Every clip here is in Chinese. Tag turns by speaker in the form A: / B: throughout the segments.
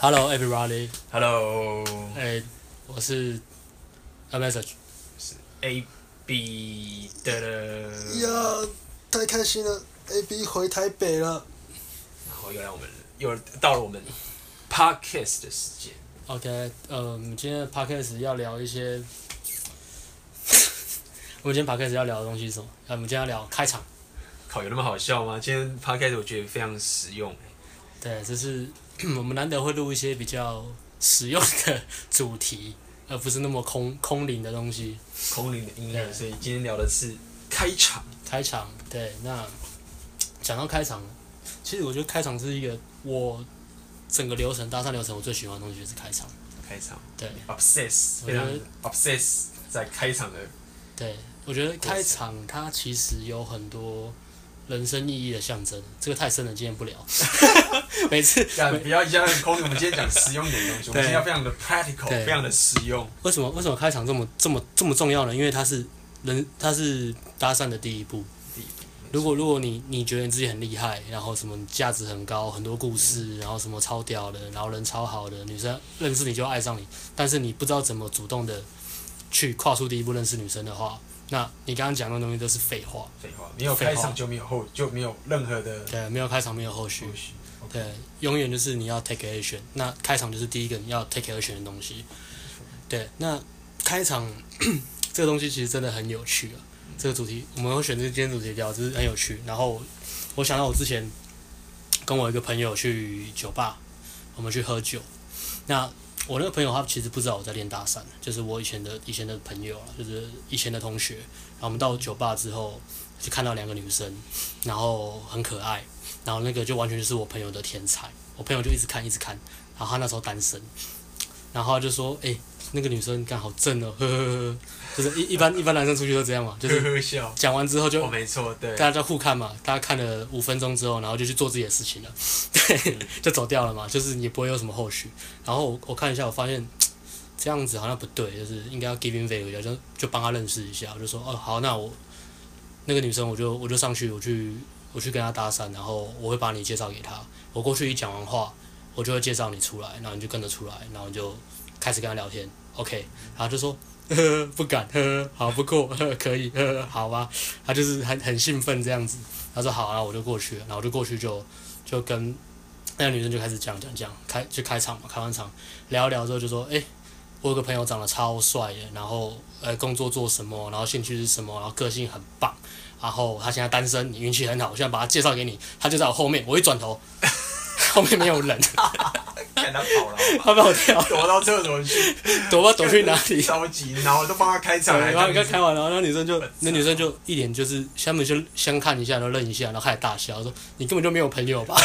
A: Hello everybody，
B: Hello，
A: 哎、我是 A Message。
B: 是 A B 的了，
C: 呀，太开心了！A B 回台北了，
B: 然后又来我们又到了我们 Podcast 的时间，
A: OK，呃，我们今天的 Podcast 要聊一些， 我们今天 Podcast 要聊的东西是什么？啊，我们今天要聊开场。
B: 靠，有那么好笑吗？今天 Podcast 我觉得非常实用、欸
A: 对，这是 我们难得会录一些比较实用的主题，而不是那么空空灵的东西。
B: 空灵的音乐，所以今天聊的是开场，
A: 开场，对，那讲到开场，其实我觉得开场是一个我整个流程搭讪流程我最喜欢的东西就是开场。
B: 开场
A: 对
B: obsess
A: 我
B: 非
A: 觉
B: 常
A: 得
B: obsess 在开场的
A: 对，我觉得开场它其实有很多人生意义的象征，这个太深了，今天不聊。 每次
B: 干，不要一下很空灵。我们今天讲实用一点的东西，我
A: 对
B: 们今天要非常的 practical，
A: 对
B: 非常的实用。
A: 为什么为什么开场这么这么这么重要呢？因为它是人，它是搭讪的第一步。
B: 第一步
A: 如果如果你你觉得你自己很厉害，然后什么价值很高，很多故事，
B: 嗯
A: 然后什么超屌的，然后人超好的，女生认识你就爱上你，但是你不知道怎么主动的去跨出第一步认识女生的话，那你刚刚讲的东西都是废话。
B: 废话，没有开场就没有后，就没有任何的
A: 对，没有开场，没有后续
B: 后。续。
A: 对，永远就是你要 take action。那开场就是第一个你要 take action 的东西。对，那开场 这个东西其实真的很有趣啊。这个主题我们会选这今天主题聊，就是很有趣。然后我想到我之前跟我一个朋友去酒吧，我们去喝酒。那我那个朋友他其实不知道我在练大三，就是我以前的以前的朋友啊，就是以前的同学。然后我们到酒吧之后，就看到两个女生，然后很可爱，然后那个就完全就是我朋友的天才，我朋友就一直看一直看，然后他那时候单身，然后他就说，哎、那个女生刚好正哦，呵呵呵，就是一一般一般男生出去都这样嘛，就
B: 呵
A: 是
B: 呵笑，
A: 讲完之后就
B: 哦，没错，对，
A: 大家就互看嘛，大家看了五分钟之后，然后就去做自己的事情了， 对，就走掉了嘛，就是也不会有什么后续。然后我我看一下，我发现嗯这样子好像不对，就是应该要 giving value，就就帮他认识一下，我就说哦好，那我那个女生我就我就上去，我去我去跟她搭讪，然后我会把你介绍给她，我过去一讲完话，我就会介绍你出来，然后你就跟着出来，然后你就开始跟她聊天，OK，然后就说。 呵呵，不敢， 呵呵，好不过， 呵呵，可以，呵呵，好吧，他就是很很兴奋这样子，他说好啊，然后我就过去了，然后我就过去就就跟那个女生就开始讲讲讲，开就开场嘛，开完场聊一聊之后就说，哎、我有个朋友长得超帅的，然后呃工作做什么，然后兴趣是什么，然后个性很棒，然后他现在单身，你运气很好，我现在把他介绍给你，他就在我后面，我一转头， 后面没有人，
B: 看他跑了，
A: 他把我跳，
B: 躲到厕所去，
A: 躲吧躲去哪里？
B: 着急，然后都帮他开场，还
A: 对，然后
B: 这
A: 刚
B: 样子
A: 开完，然后那女生就，那女生就一脸就是，他们就相看一下，然后愣一下，然后开始大笑，说：“你根本就没有朋友吧？”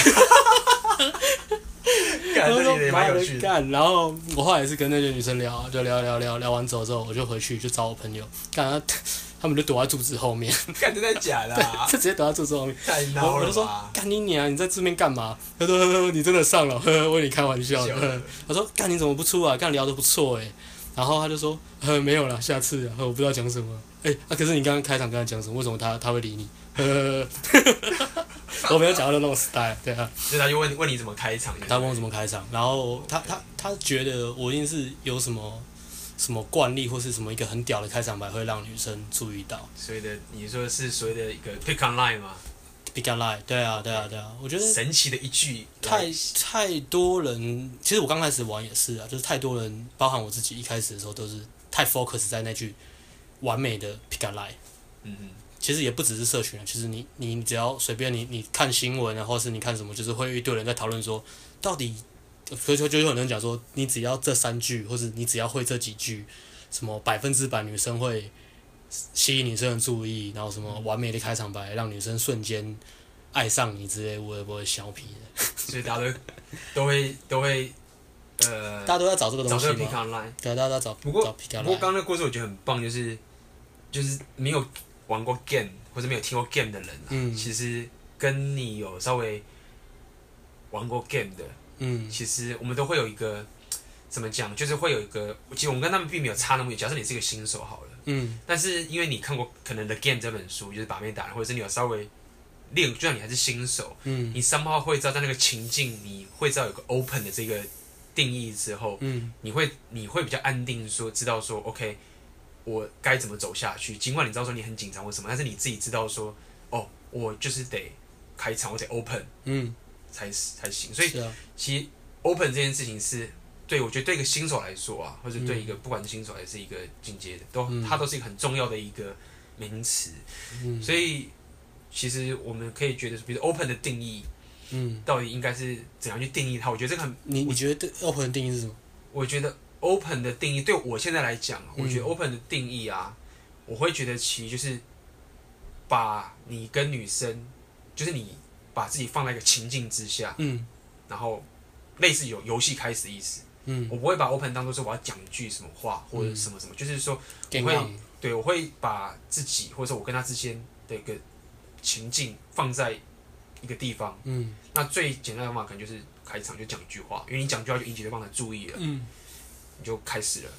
B: 干
A: 然后
B: 这
A: 说
B: 里也
A: 妈
B: 蛮有
A: 的
B: 趣的。
A: 干，然后我后来也是跟那些女生聊，就聊聊聊聊完走之后，我就回去就找我朋友，干，然后他们就躲在柱子后面，
B: 干真的假的、啊？
A: 就直接躲在柱子后面。
B: 太
A: 然后
B: 孬
A: 我就
B: 了
A: 说
B: 吧！：“
A: 干你娘，你在这边干嘛？”他说：“呵呵你真的上了，呵 呵，我跟你开玩笑的。
B: 笑
A: 呵呵
B: 了”
A: 我说：“干你怎么不出来？啊干聊得不错哎。”然后他就说：“ 呃，没有了，下次啊，呵我不知道讲什么。哎、啊，可是你刚刚开场跟他讲什么？为什么他他会理你？ 呃，我没有讲到那种 style，对啊。
B: 所以他就问问你怎么开场，
A: 他问我怎么开场，然后他他他觉得我一定是有什么什么惯例或是什么一个很屌的开场白会让女生注意到。
B: 所谓的你说是所谓的一个 pick on line 嘛，
A: Big lie，对啊对啊对啊，我觉得
B: 神奇的一句
A: 太太多人，其实我刚开始玩也是啊，就是太多人，包含我自己一开始的时候都是太 focus 在那句完美的 Big lie。
B: 嗯嗯，
A: 其实也不只是社群啊，其实你你只要随便你你看新闻啊，或是你看什么，就是会有一堆人在讨论说，到底，所以就就有人讲说，你只要这三句，或是你只要会这几句，什么百分之百女生会吸引女生的注意，然后什么完美的开场白，让女生瞬间爱上你之类，我也不会削皮的，
B: 所以大家都都会都会呃
A: 大家都要找这个
B: 找
A: 东西
B: 这个 pick
A: 嘛，
B: on line。
A: 对，大家都要找
B: 不过
A: 找 pick
B: 不
A: up
B: 过
A: line
B: 刚刚那个故事我觉得很棒，就是就是没有玩过 game 或者没有听过 game 的人、啊，
A: 嗯
B: 其实跟你有稍微玩过 game 的，
A: 嗯
B: 其实我们都会有一个怎么讲，就是会有一个，其实我们跟他们并没有差那么远。假设你是一个新手好了，
A: 嗯
B: 但是因为你看过可能《The Game》这本书，就是把妹达人，或者是你有稍微练，就算你还是新手，
A: 嗯
B: 你 somehow 会知道在那个情境，你会知道有个 open 的这个定义之后，
A: 嗯，
B: 你会你会比较安定说，知道说 OK，我该怎么走下去。尽管你知道说你很紧张或什么，但是你自己知道说，哦，我就是得开场，我得 open
A: 嗯，
B: 才才行。所以
A: 是啊，
B: 其实 open 这件事情是对我觉得对一个新手来说啊，或者对一个、不管是新手还是一个进阶的，都、
A: 嗯
B: 它都是一个很重要的一个名词。
A: 嗯
B: 所以其实我们可以觉得，比如说 open 的定义
A: 嗯，
B: 到底应该是怎样去定义它？我觉得这个很，
A: 你你觉得对 open 的定义是什么？
B: 我觉得 open 的定义对我现在来讲，
A: 嗯
B: 我觉得 open 的定义啊，我会觉得其实就是把你跟女生，就是你把自己放在一个情境之下，
A: 嗯
B: 然后类似有游戏开始的意思。
A: 嗯
B: 我不会把 open 当做是我要讲一句什么话或者什么什么，就是说，
A: ，game
B: 会
A: on，
B: 对我会把自己或者说我跟他之间的一个情境放在一个地方。
A: 嗯
B: 那最简单的方法可能就是开场就讲一句话，因为你讲一句话就引起对方的注意了，
A: 嗯，
B: 你就开始了。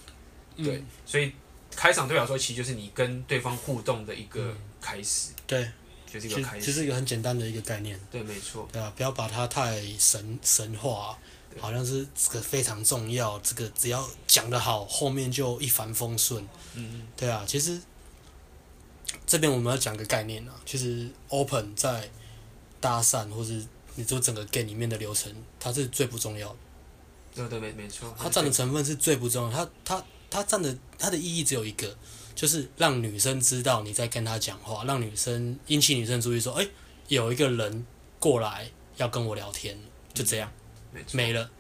A: 嗯
B: 对，所以开场对我来说，其实就是你跟对方互动的一个开始，
A: 对，
B: 就是一
A: 其
B: 个
A: 实
B: 开
A: 其
B: 始。
A: 实一个很简单的一个概念，
B: 对，没错，
A: 对啊，不要把它太神神化，
B: 对
A: 好像是这个非常重要，这个只要讲得好，后面就一帆风顺。
B: 嗯，
A: 对啊，其实这边我们要讲个概念啊，其实 open 在搭讪或是你做整个 game 里面的流程，它是最不重要的，
B: 对对没没错，
A: 它占的成分是最不重要的，它它它占的它的意义只有一个，就是让女生知道你在跟她讲话，让女生引起女生注意，说，哎、有一个人过来要跟我聊天，就这样。
B: 没错，
A: 没了。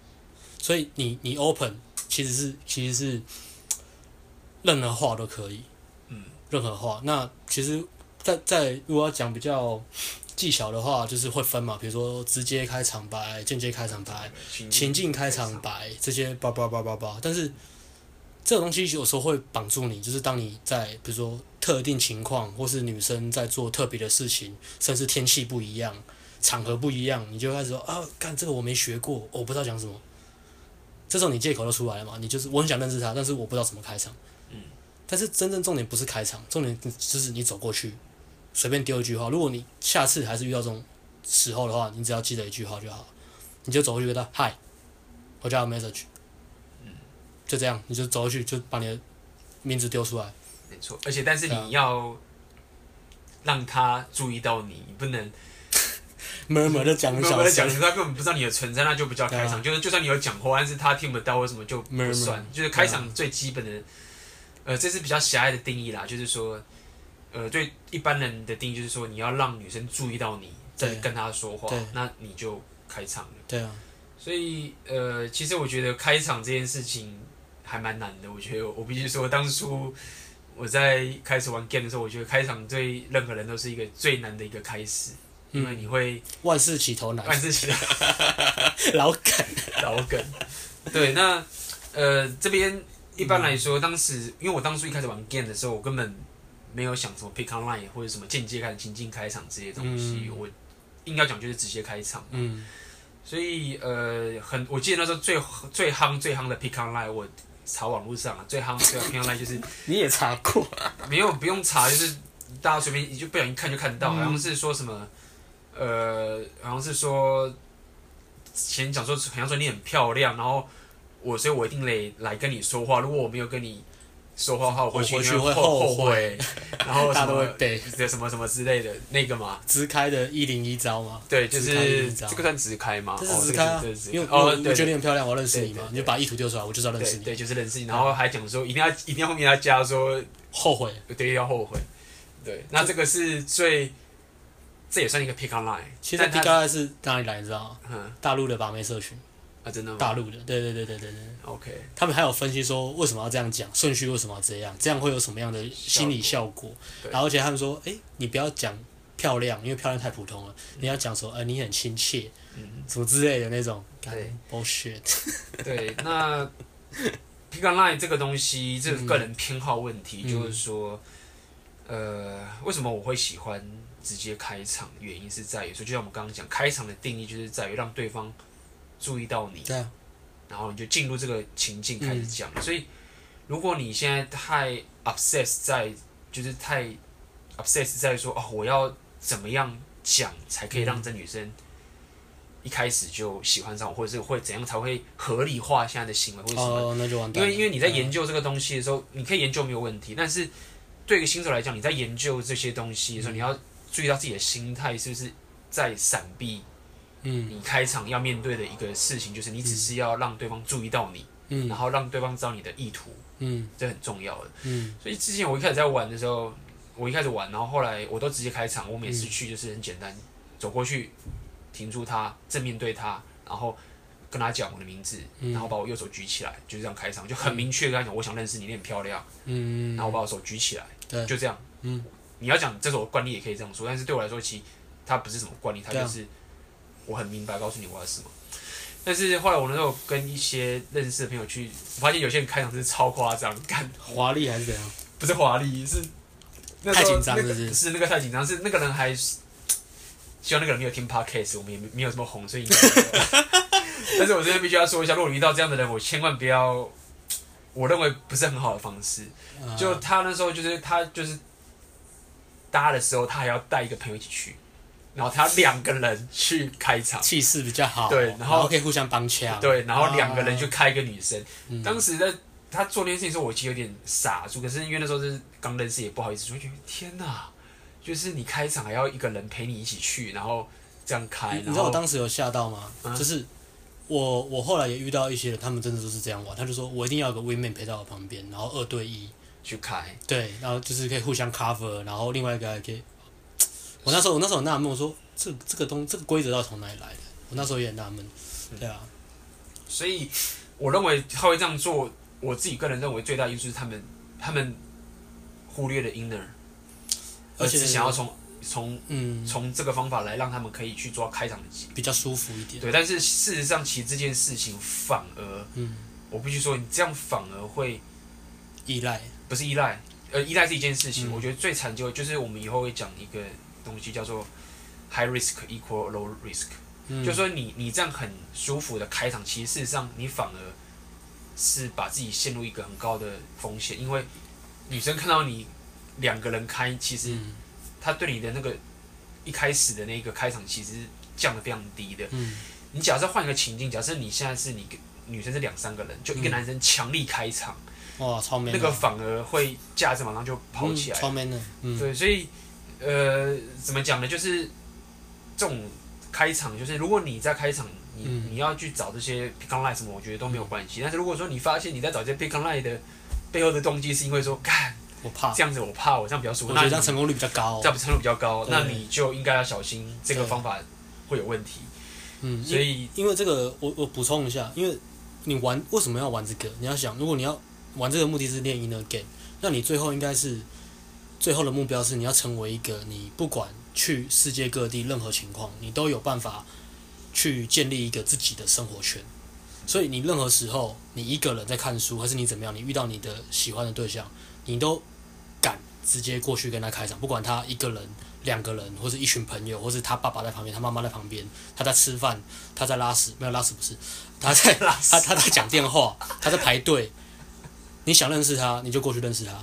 A: 所以你你 open 其实是其实是任何话都可以，
B: 嗯，
A: 任何话。那其实在，在如果要讲比较技巧的话，就是会分嘛，比如说直接开场白、间接开场白、
B: 情
A: 情境开场白这些叭叭叭叭叭，但是这种东西有时候会绑住你，就是当你在比如说特定情况，或是女生在做特别的事情，甚至天气不一样、场合不一样，你就开始说啊，干这个我没学过，哦我不知道讲什么。这时候你借口就出来了嘛，你就是我很想认识他，但是我不知道怎么开场。
B: 嗯。
A: 但是真正重点不是开场，重点就是你走过去，随便丢一句话。如果你下次还是遇到这种时候的话，你只要记得一句话就好了，你就走过去跟他嗨，我叫他 message，就这样，你就走过去，就把你的名字丢出 来。
B: 没错，而且但是
A: 对啊
B: 你要让他注意到你，你不能
A: 默默的讲
B: 没
A: 很
B: 有
A: 小
B: 没有讲
A: 声，
B: 出他根本不知道你的存在，那就不叫开场。就是就算你有讲话，但是他听不到，为什么就
A: 没有
B: 不
A: 没
B: 算？就是开场最基本的，呃，这是比较狭隘的定义啦，就是说，呃，对一般人的定义就是说，你要让女生注意到你在
A: 对
B: 跟她说话
A: 对，
B: 那你就开场了。
A: 对啊，
B: 所以，呃，其实我觉得开场这件事情还蛮难的。我觉得我我必须说，当初我在开始玩 game 的时候，我觉得开场对任何人都是一个最难的一个开始，因为
A: 嗯，
B: 你会
A: 万事起头难，
B: 暗自起
A: 老 梗，
B: 老梗。对，那呃这边一般来说，当时因为我当初一开始玩 game 的时候，我根本没有想什么 pick online 或者什么间接开场、情境开场这些东西，
A: 嗯
B: 我硬要讲就是直接开场。
A: 嗯
B: 所以呃，很我记得那时候最最夯最夯的 pick online，我查网络上啊，最夯最夯 pick online 就是
A: 你也查过，
B: 没有不用查，就是大家随便一就不小心看就看到，
A: 嗯
B: 好像是说什么，呃，好像是说前讲说好像说你很漂亮，然后我所以我一定得来跟你说话，如果我没有跟你说话的话，我
A: 我
B: 回
A: 回
B: 去
A: 去会
B: 后
A: 后悔
B: 悔，然后
A: 大家
B: 什
A: 都会
B: 么
A: 背
B: 什么什么之类的那个嘛，
A: 直开的一零一招嘛，
B: 对，就
A: 直开
B: 是
A: 你知道
B: 这个算直开吗？
A: 这
B: 哦
A: 是直开啊
B: 这个是，
A: 因为
B: 哦
A: 我我
B: 对
A: 觉得你很漂亮，我要认识你
B: 对
A: 嘛
B: 对，
A: 你就把意图丢出来，我就是要认识
B: 对
A: 你，
B: 对，就是认识你，然后还讲说一定要一定要后面要加说
A: 后悔，
B: 对，要后悔。对，那这个是最，这也算一个 pick online，
A: 其实
B: 但
A: 迪
B: 它
A: 高爱是哪里来，你知道吗？
B: 嗯
A: 大陆的把妹社群，
B: 啊，真的吗？
A: 大陆的，对对对对对对。
B: OK，
A: 他们还有分析说为什么要这样讲，顺序为什么要这样，这样会有什么样的心理效果。
B: 对
A: 然后而且他们说，哎、你不要讲漂亮，因为漂亮太普通了，你要讲说，呃，你很亲切，
B: 嗯，
A: 什么之类的那种。干
B: 对
A: bullshit。
B: 对， 那 pick online 这个东西，这个
A: 嗯
B: 个人偏好问题，
A: 嗯
B: 就是说，呃，为什么我会喜欢直接开场？原因是在于说，就像我们刚刚讲，开场的定义就是在于让对方注意到你，
A: 对啊，
B: 然后你就进入这个情境开始讲。所以，如果你现在太 obsess 在，就是太 obsess 在说哦，我要怎么样讲才可以让这女生一开始就喜欢上我，或者是会怎样才会合理化现在的行为，或者什么
A: 哦，那就完
B: 因
A: 蛋了。
B: 为因为你在研
A: 究，
B: 究这个东西的时候，你可以研究没有问题，但是对一个新手来讲，你在研究这些东西的时候，你要注意到自己的心态是不是在闪避
A: 嗯
B: 你开场要面对的一个事情，就是你只是要让对方注意到你，然
A: 嗯
B: 后让对方知道你的意图，
A: 嗯
B: 这很重要的。
A: 嗯
B: 所以之前我一开始在玩的时候，我一开始玩，然后后来我都直接开场，我每
A: 嗯
B: 次去就是很简单，走过去，停住他，正面对他，然后跟他讲我的名字，
A: 嗯
B: 然后把我右手举起来，就这样开场，就很明确地跟他讲，我想认识你，你很漂亮，
A: 嗯，
B: 然后我把我手举起来，
A: 对
B: 就这样。
A: 嗯，
B: 你要讲这是我的惯例也可以这样说，但是对我来说，其实它不是什么惯例，它
A: 对啊
B: 就是我很明白告诉你我要什么。但是后来我那时候跟一些认识的朋友去，我发现有些人开场真是超夸张，干
A: 华丽还是怎样？
B: 不是华丽，是那时
A: 太
B: 候
A: 紧张
B: 那
A: 是
B: 个
A: 不是
B: 是那个太紧张，是那个人还是希望那个人没有听 podcast，我们也没没有这么红，所以应该没有。但是我这边必须要说一下，如果你遇到这样的人，我千万不要，我认为不是很好的方式。
A: 呃
B: 就他那时候就是他就是搭的时候，他还要带一个朋友一起去，然后他两个人去开场，
A: 气势比较好，
B: 对然
A: 然
B: 后
A: 可以互相帮腔，
B: 对，然后两个人
A: 啊
B: 去开一个女生。
A: 嗯
B: 当时在他做那件事情的时候，我其实有点傻住，可是因为那时候就是刚认识，也不好意思说，觉得天哪，就是你开场还要一个人陪你一起去，然后这样开，
A: 你你
B: 然
A: 知道
B: 后
A: 我当时有吓到吗？
B: 嗯
A: 就是我我后来也遇到一些人，他们真的就是这样玩，他就说我一定要有个 women 陪在我旁边，然后二对一，
B: 去开，
A: 对，然后就是可以互相 cover，然后另外一个还可以。我那时候我那时候很纳闷，我说这这个东这个规则到底从哪里来的？我那时候也很纳闷，对啊，
B: 所以我认为他会这样做，我自己个人认为最大因素是他们他们忽略了 inner，
A: 而且
B: 只想要从从
A: 嗯
B: 从这个方法来让他们可以去抓开场的机会。
A: 比较舒服一点，
B: 对，但是事实上，其实这件事情反而，
A: 嗯，
B: 我必须说，你这样反而会
A: 依赖，
B: 不是依赖，呃，依赖是一件事情。
A: 嗯
B: 我觉得最惨就就是我们以后会讲一个东西叫做 high risk equal low risk，、
A: 嗯，
B: 就说你你这样很舒服的开场，其实事实上你反而是把自己陷入一个很高的风险，因为女生看到你两个人开，其实
A: 嗯
B: 她对你的那个一开始的那个开场其实降的非常低的。
A: 嗯
B: 你假设换一个情境，假设你现在是你跟女生是两三个人，就一个
A: 嗯
B: 男生强力开场，
A: 哇超 man，
B: 那
A: 的
B: 个反而会架着马上就跑
A: 嗯
B: 起来。
A: 超 man 的，嗯
B: 对，所以呃，怎么讲呢？就是这种开场，就是如果你在开场，你、
A: 嗯
B: 你要去找这些 pick on line 什么，我觉得都没有关系。但是如果说你发现你在找这些 pick on line 的背后的动机是因为说，干
A: 我怕，
B: 这样子我怕我这样比较舒服，
A: 啊我
B: 那
A: 觉得
B: 你
A: 这样成功率比较高
B: 这，样程度比较高，
A: 哦对
B: 那你就应该要小心这个
A: 对
B: 方法会有问题。
A: 嗯，
B: 所以
A: 因为这个，我我补充一下，因为你玩为什么要玩这个？你要想，如果你要玩这个目的是练 inner game，那你最后应该是最后的目标是你要成为一个你不管去世界各地任何情况，你都有办法去建立一个自己的生活圈。所以你任何时候，你一个人在看书，还是你怎么样，你遇到你的喜欢的对象，你都敢直接过去跟他开场，不管他一个人、两个人，或是一群朋友，或是他爸爸在旁边，他妈妈在旁边，他在吃饭，他在拉屎，没有拉屎不是，他在
B: 拉屎
A: 他他在讲电话，他在排队。你想认识他，你就过去认识他。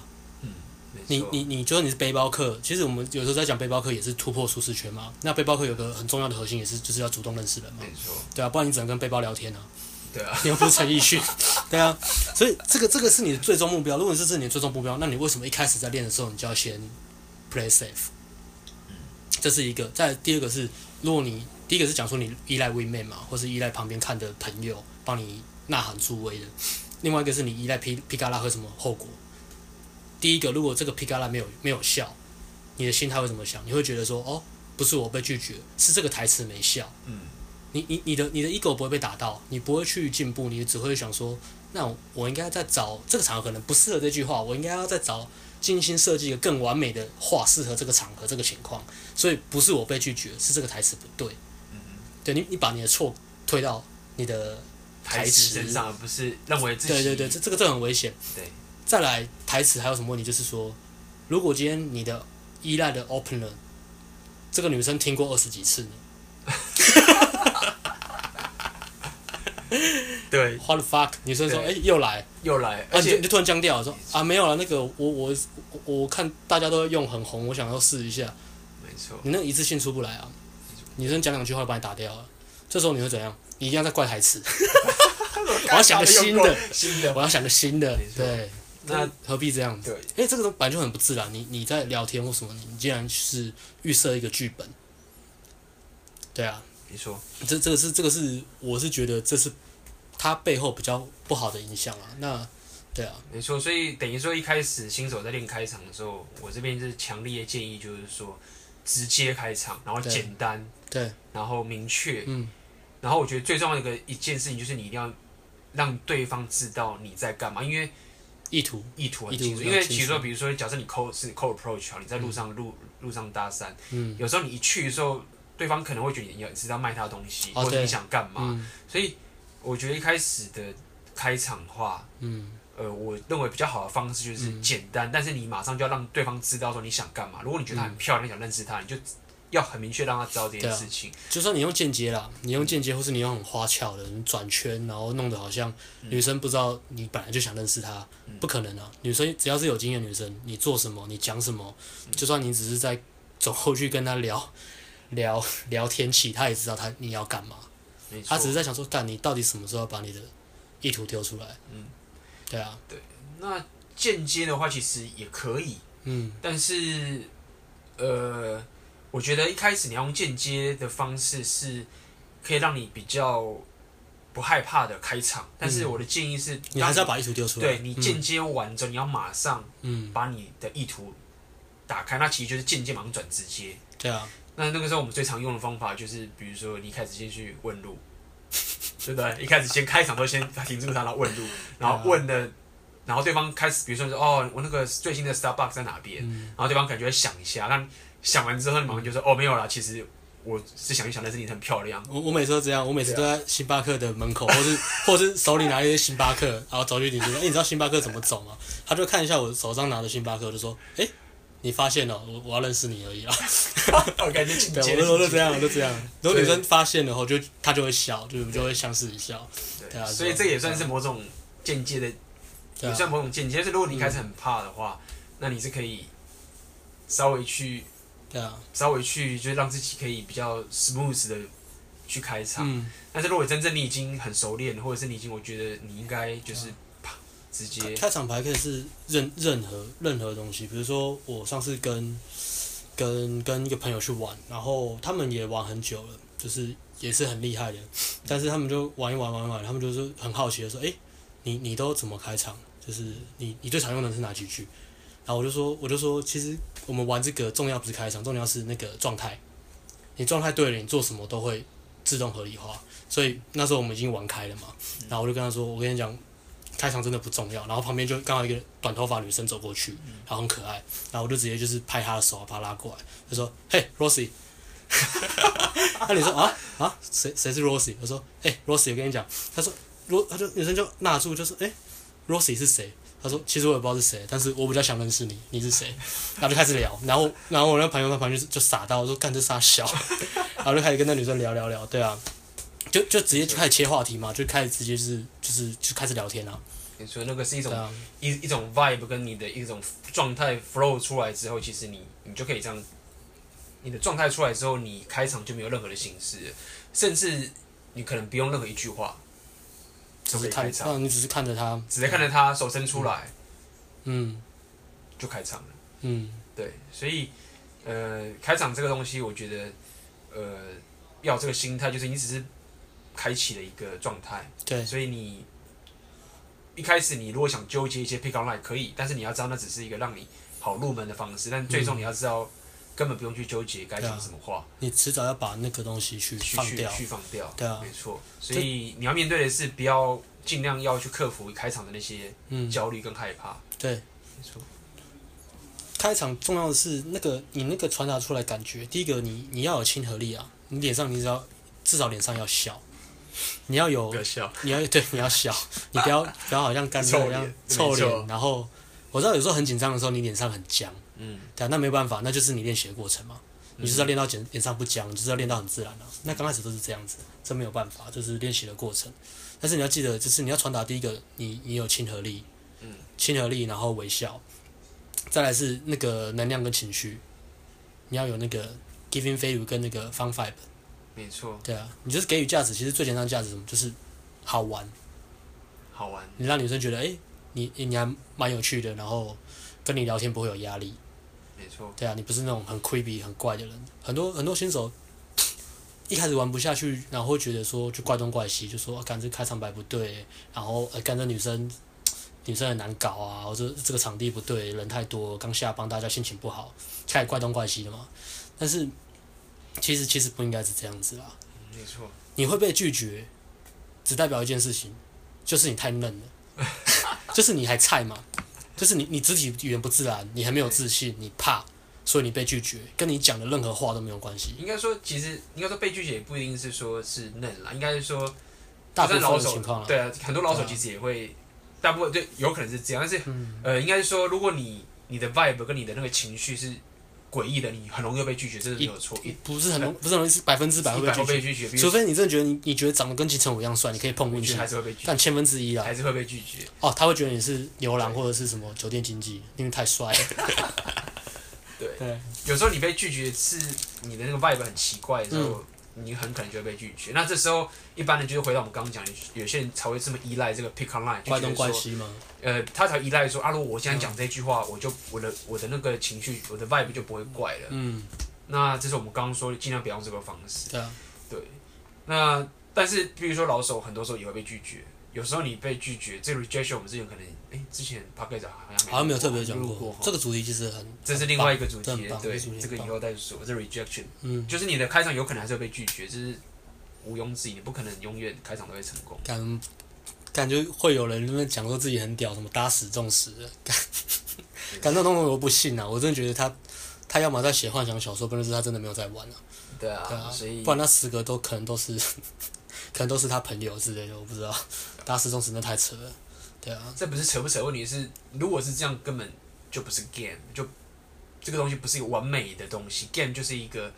B: 没
A: 你
B: 错
A: 你你，就算你是背包客，其实我们有时候在讲背包客也是突破舒适圈嘛。那背包客有个很重要的核心也是就是要主动认识人嘛
B: 没，错，
A: 对啊，不然你只能跟背包聊天啊。
B: 对啊，
A: 你又不是陈奕迅，对啊，所以这个这个是你的最终目标。如果这是你的最终目标，那你为什么一开始在练的时候你就要先 play safe？这是一个。再第二个是，如果你第一个是讲说你依赖 women 嘛，或是依赖旁边看的朋友帮你呐喊助威的；另外一个是你依赖皮皮卡拉会什么后果？第一个，如果这个皮卡拉没有没有效，你的心态会怎么想？你会觉得说，哦，不是我被拒绝，是这个台词没效。
B: 嗯。
A: 你你你的你的 ego 不会被打到，你不会去进步，你只会想说，那我我应该再找这个场合可能不适合这句话，我应该要再找精心设计一个更完美的话，适合这个场合这个情况。所以不是我被拒绝，是这个台词不对。
B: 嗯
A: 对你你把你的错推到你的
B: 台词身上，而不是认为自己
A: 对对对，这这个这很危险。
B: 对
A: 再来台词还有什么问题？就是说，如果今天你的依赖的 opener 这个女生听过二十几次呢
B: 对
A: ，what the fuck？女生说，哎、
B: 对
A: 又来。
B: 又来，
A: 啊，
B: 而
A: 你就
B: 且
A: 你就突然僵掉了，说啊没有了，那个我我我我看大家都用很红，我想要试一下，
B: 没错，
A: 你那个一次性出不来啊，女生讲两句话就把你打掉了，这时候你会怎样？你一样在怪台 词，
B: 我
A: 我要想个新的，
B: 新的。
A: 我要想个新的
B: 没，错
A: 对，
B: 那
A: 何必这样子？
B: 对，
A: 因为这个东本来就很不自然，你你在聊天或什么，你竟然是预设一个剧本，对啊，
B: 没错，
A: 这这个是这个是我是觉得这是它背后比较不好的影响啊。那对啊，
B: 没错。所以等于说一开始新手在练开场的时候，我这边是强烈建议，就是说直接开场，然后
A: 对
B: 简单，
A: 对，
B: 然后明确，
A: 嗯，
B: 然后我觉得最重要的一个一件事情就是你一定要让对方知道你在干嘛，因为
A: 意图
B: 意图很
A: 意图
B: 清楚。
A: 比较
B: 因为
A: 清
B: 其实说，
A: 楚
B: 比如说，假设你 cold 是 cold approach 好，你在路上路路上搭讪，
A: 嗯
B: 有时候你一去的时候，对方可能会觉得你你是要卖他的东西，
A: 哦
B: 或者
A: 对
B: 你想干嘛。
A: 嗯
B: 所以我觉得一开始的开场话，
A: 嗯，
B: 呃，我认为比较好的方式就是简单，但是你马上就要让对方知道说你想干嘛。如果你觉得她很漂亮，你想认识她，你就要很明确让她知道这件
A: 嗯对啊
B: 事情。
A: 就算你用间接啦，你用间接或是你用很花俏的你转圈，然后弄得好像女生不知道你本来就想认识她，不可能啊！女生只要是有经验的女生，你做什么，你讲什么，就算你只是在走后去跟她聊 聊聊天气，她也知道她你要干嘛。
B: 没错
A: 他只是在想说，干你到底什么时候要把你的意图丢出来？
B: 嗯，
A: 对啊，
B: 那间接的话，其实也可以，
A: 嗯
B: 但是，呃，我觉得一开始你要用间接的方式是可以让你比较不害怕的开场，但是我的建议是，
A: 你还是要把意图丢出来。嗯
B: 对你间接完之后，你要马上
A: 嗯，嗯，
B: 把你的意图打开，那其实就是间接马上转直接。
A: 对啊，
B: 那那个时候我们最常用的方法就是，比如说你一开始先去问路，对不对？一开始先开场都先停住他，然后问路，然
A: 嗯
B: 后问的，然后对方开始，比如说说哦，我那个最新的 Starbucks 在哪边？
A: 嗯
B: 然后对方感觉想一下，那想完之后，你马上就说哦，没有啦，其实我是想一想，但是你很漂 亮。
A: 我我每次都这样，我每次都在星巴克的门口，或是或是手里拿一些星巴克，然后走去你说，哎、你知道星巴克怎么走吗？他就看一下我手上拿的星巴克，就说，哎、你发现了，我我要认识你而已啊。
B: 我感觉紧
A: 对，啊
B: 接
A: 我
B: 的
A: 都我
B: 紧
A: 都
B: 接
A: 这样，我都这样。如果
B: 对
A: 女生发现了后，就她就会笑，就就会相视一笑。对
B: 对
A: 啊
B: 所以这也算是某种间接的，
A: 对
B: 也
A: 啊，嗯
B: 算某种间接。但是如果你一开始很怕的话，那你是可以稍微去
A: 对啊，
B: 稍微去，就是让自己可以比较 smooth 的去开场。
A: 嗯，
B: 但是如果真正你已经很熟练，或者是你已经，我觉得你应该就是
A: 嗯
B: 啪直接
A: 开场牌可以是任任何任何东西，比如说我上次跟跟跟一个朋友去玩，然后他们也玩很久了，就是也是很厉害的，但是他们就玩一玩玩一玩，他们就是很好奇的说，诶，你你都怎么开场？就是你你最常用的是哪几句？然后我就说我就说，其实我们玩这个重要不是开场，重要是那个状态。你状态对了，你做什么都会自动合理化。所以那时候我们已经玩开了嘛，然后我就跟他说，我跟你讲，开场真的不重要。然后旁边就刚好一个短头发女生走过去，然后很可爱，然后我就直接就是拍她的手，把她拉过来，就说：“嘿，Rosie。” 那你说啊啊，谁谁是 Rosie？我说：“哎、r o s i e 我跟你讲。”他说：“罗，他就女生就纳住，就说：‘哎、r o s i e 是谁？”他说：“其实我也不知道是谁，但是我比较想认识你，你是谁？”然后就开始聊，然后然后我那朋友在旁边就就傻到，我说：“干这傻小。” 然后就开始跟那女生聊聊聊，对啊。就就直接就开始切话题嘛，就开始直接就是就是就开始聊天啊，
B: 你说那个是一种、
A: 对啊，
B: 一一种 vibe 跟你的一种状态 flow 出来之后，其实你你就可以这样，你的状态出来之后，你开场就没有任何的形式了，甚至你可能不用任何一句话，
A: 只
B: 就是可以开
A: 看，
B: 场，
A: 那你只是看着他，
B: 直接看着他手伸出来、
A: 嗯
B: 就开场了。
A: 嗯，
B: 对，所以呃，开场这个东西，我觉得呃，要有这个心态，就是你只是开启了一个状态，
A: 对
B: 所以你一开始你如果想纠结一些 pick on line 可以，但是你要知道那只是一个让你好入门的方式，但
A: 嗯
B: 最终你要知道根本不用去纠结该讲什么话，
A: 你迟早要把那个东西去
B: 去
A: 啊放
B: 去
A: 掉，
B: 去放掉，
A: 对啊
B: 没错。所以你要面对的是不要尽量要去克服开场的那些
A: 嗯，
B: 焦虑跟害怕，
A: 对，
B: 没错，
A: 开场重要的是那个你那个传达出来感觉，第一个你你要有亲和力啊，你脸上你只要至少脸上要笑，你要有
B: 笑，
A: 你要对你要笑，你不要不要好像干
B: 臭
A: 脆一
B: 脸
A: 样
B: 没
A: 臭
B: 错
A: 脸，然后我知道有时候很紧张的时候你脸上很僵，
B: 嗯，
A: 对啊，那没办法，那就是你练习的过程嘛。你就是要练到脸脸上不僵，你就是要练到很自然啊。那刚开始都是这样子，这没有办法，就是练习的过程。但是你要记得，就是你要传达第一个，你你有亲和力，
B: 嗯，
A: 亲和力，然后微笑，再来是那个能量跟情绪，你要有那个 giving value 跟那个 fun vibe，
B: 没错，
A: 对啊，你就是给予价值，其实最简单的价值是什么？就是好玩，
B: 好玩，
A: 你让女生觉得，哎、你你还蛮有趣的，然后跟你聊天不会有压力，
B: 没错，
A: 对啊，你不是那种很 creepy 很怪的人，很多很多新手 一开始玩不下去，然后会觉得说就怪东怪西，就说啊，干这开场白不对，然后呃，干这女生 女生很难搞啊，或者这个场地不对，人太多，刚下班大家心情不好，开始怪东怪西的嘛。但是其实其实不应该是这样子啦，
B: 嗯没错，
A: 你会被拒绝，只代表一件事情，就是你太嫩了， 就是你还菜嘛，就是你你肢体语言不自然，你还没有自信，你怕，所以你被拒绝，跟你讲的任何话都没有关系。
B: 应该说，其实应该说被拒绝也不一定是说是嫩啦，应该是说
A: 大部
B: 就
A: 分
B: 算老
A: 的
B: 手
A: 情况啦，
B: 对啊，很多老手
A: 对啊嗯
B: 其实也会，大部分对有可能是这样，但是、呃，应该是说，如果你你的 vibe 跟你的那个情绪是诡异的，你很容易被拒绝，这是没有错，一
A: 不是很容不是很容易是百分之百
B: 一
A: 会
B: 百
A: 被
B: 会
A: 拒
B: 被
A: 绝，
B: 拒绝，比如
A: 除非你真的觉得你你觉得长得跟金城武一样帅，你可以碰
B: 我
A: 运
B: 觉
A: 气
B: 得，还是会被拒绝，
A: 但千分之一啦。啊
B: 还是会被拒绝，
A: 哦，他会觉得你是牛郎
B: 对
A: 或者是什么酒店经济，因为太帅了。
B: 对
A: 对，
B: 有时候你被拒绝是你的那个 vibe 很奇怪的时
A: 嗯
B: 候，你很可能就会被拒绝。那这时候一般人就是回到我们刚刚讲，的，有些人才会这么依赖这个 pick online，就
A: 怪
B: 觉
A: 东
B: 得
A: 怪
B: 说，
A: 西嘛，
B: 呃，他才依赖说，啊，如果我现在讲这句话，我就我的我的那个情绪，我的 vibe 就不会怪了。
A: 嗯，
B: 那这是我们刚刚说的，尽量不要用这个方式。
A: 对啊，
B: 对，那但是比如说老手，很多时候也会被拒绝。有时候你被拒绝，这个 rejection 我们之前可能，哎、之前 p a c k a g e 好像
A: 好像没有特别
B: 录
A: 讲
B: 过
A: 过
B: 哈，
A: 这个主题其实很，
B: 这是另外一个主
A: 这
B: 题
A: 很，棒这
B: 对，
A: 主题很
B: 这个以
A: 棒
B: 后再说。这 rejection
A: 嗯，
B: 就是你的开场有可能还是会被拒绝，这是毋庸置疑，你不可能永远开场都会成功。
A: 感感觉会有人在那边讲说自己很屌，什么打死中死的，感感这种东西我不信啊！我真的觉得他他要么在写幻想小说，不然就是他真的没有在玩啊，
B: 对
A: 对
B: 啊，
A: 啊
B: 所以
A: 不然那十个都可能都是 可能都是他朋友之类的，我不知道，打死中死那太扯了，对啊，
B: 这不是扯不扯，问题是如果是这样，根本就不是 game，就这个东西不是一个完美的东西，game 就是一个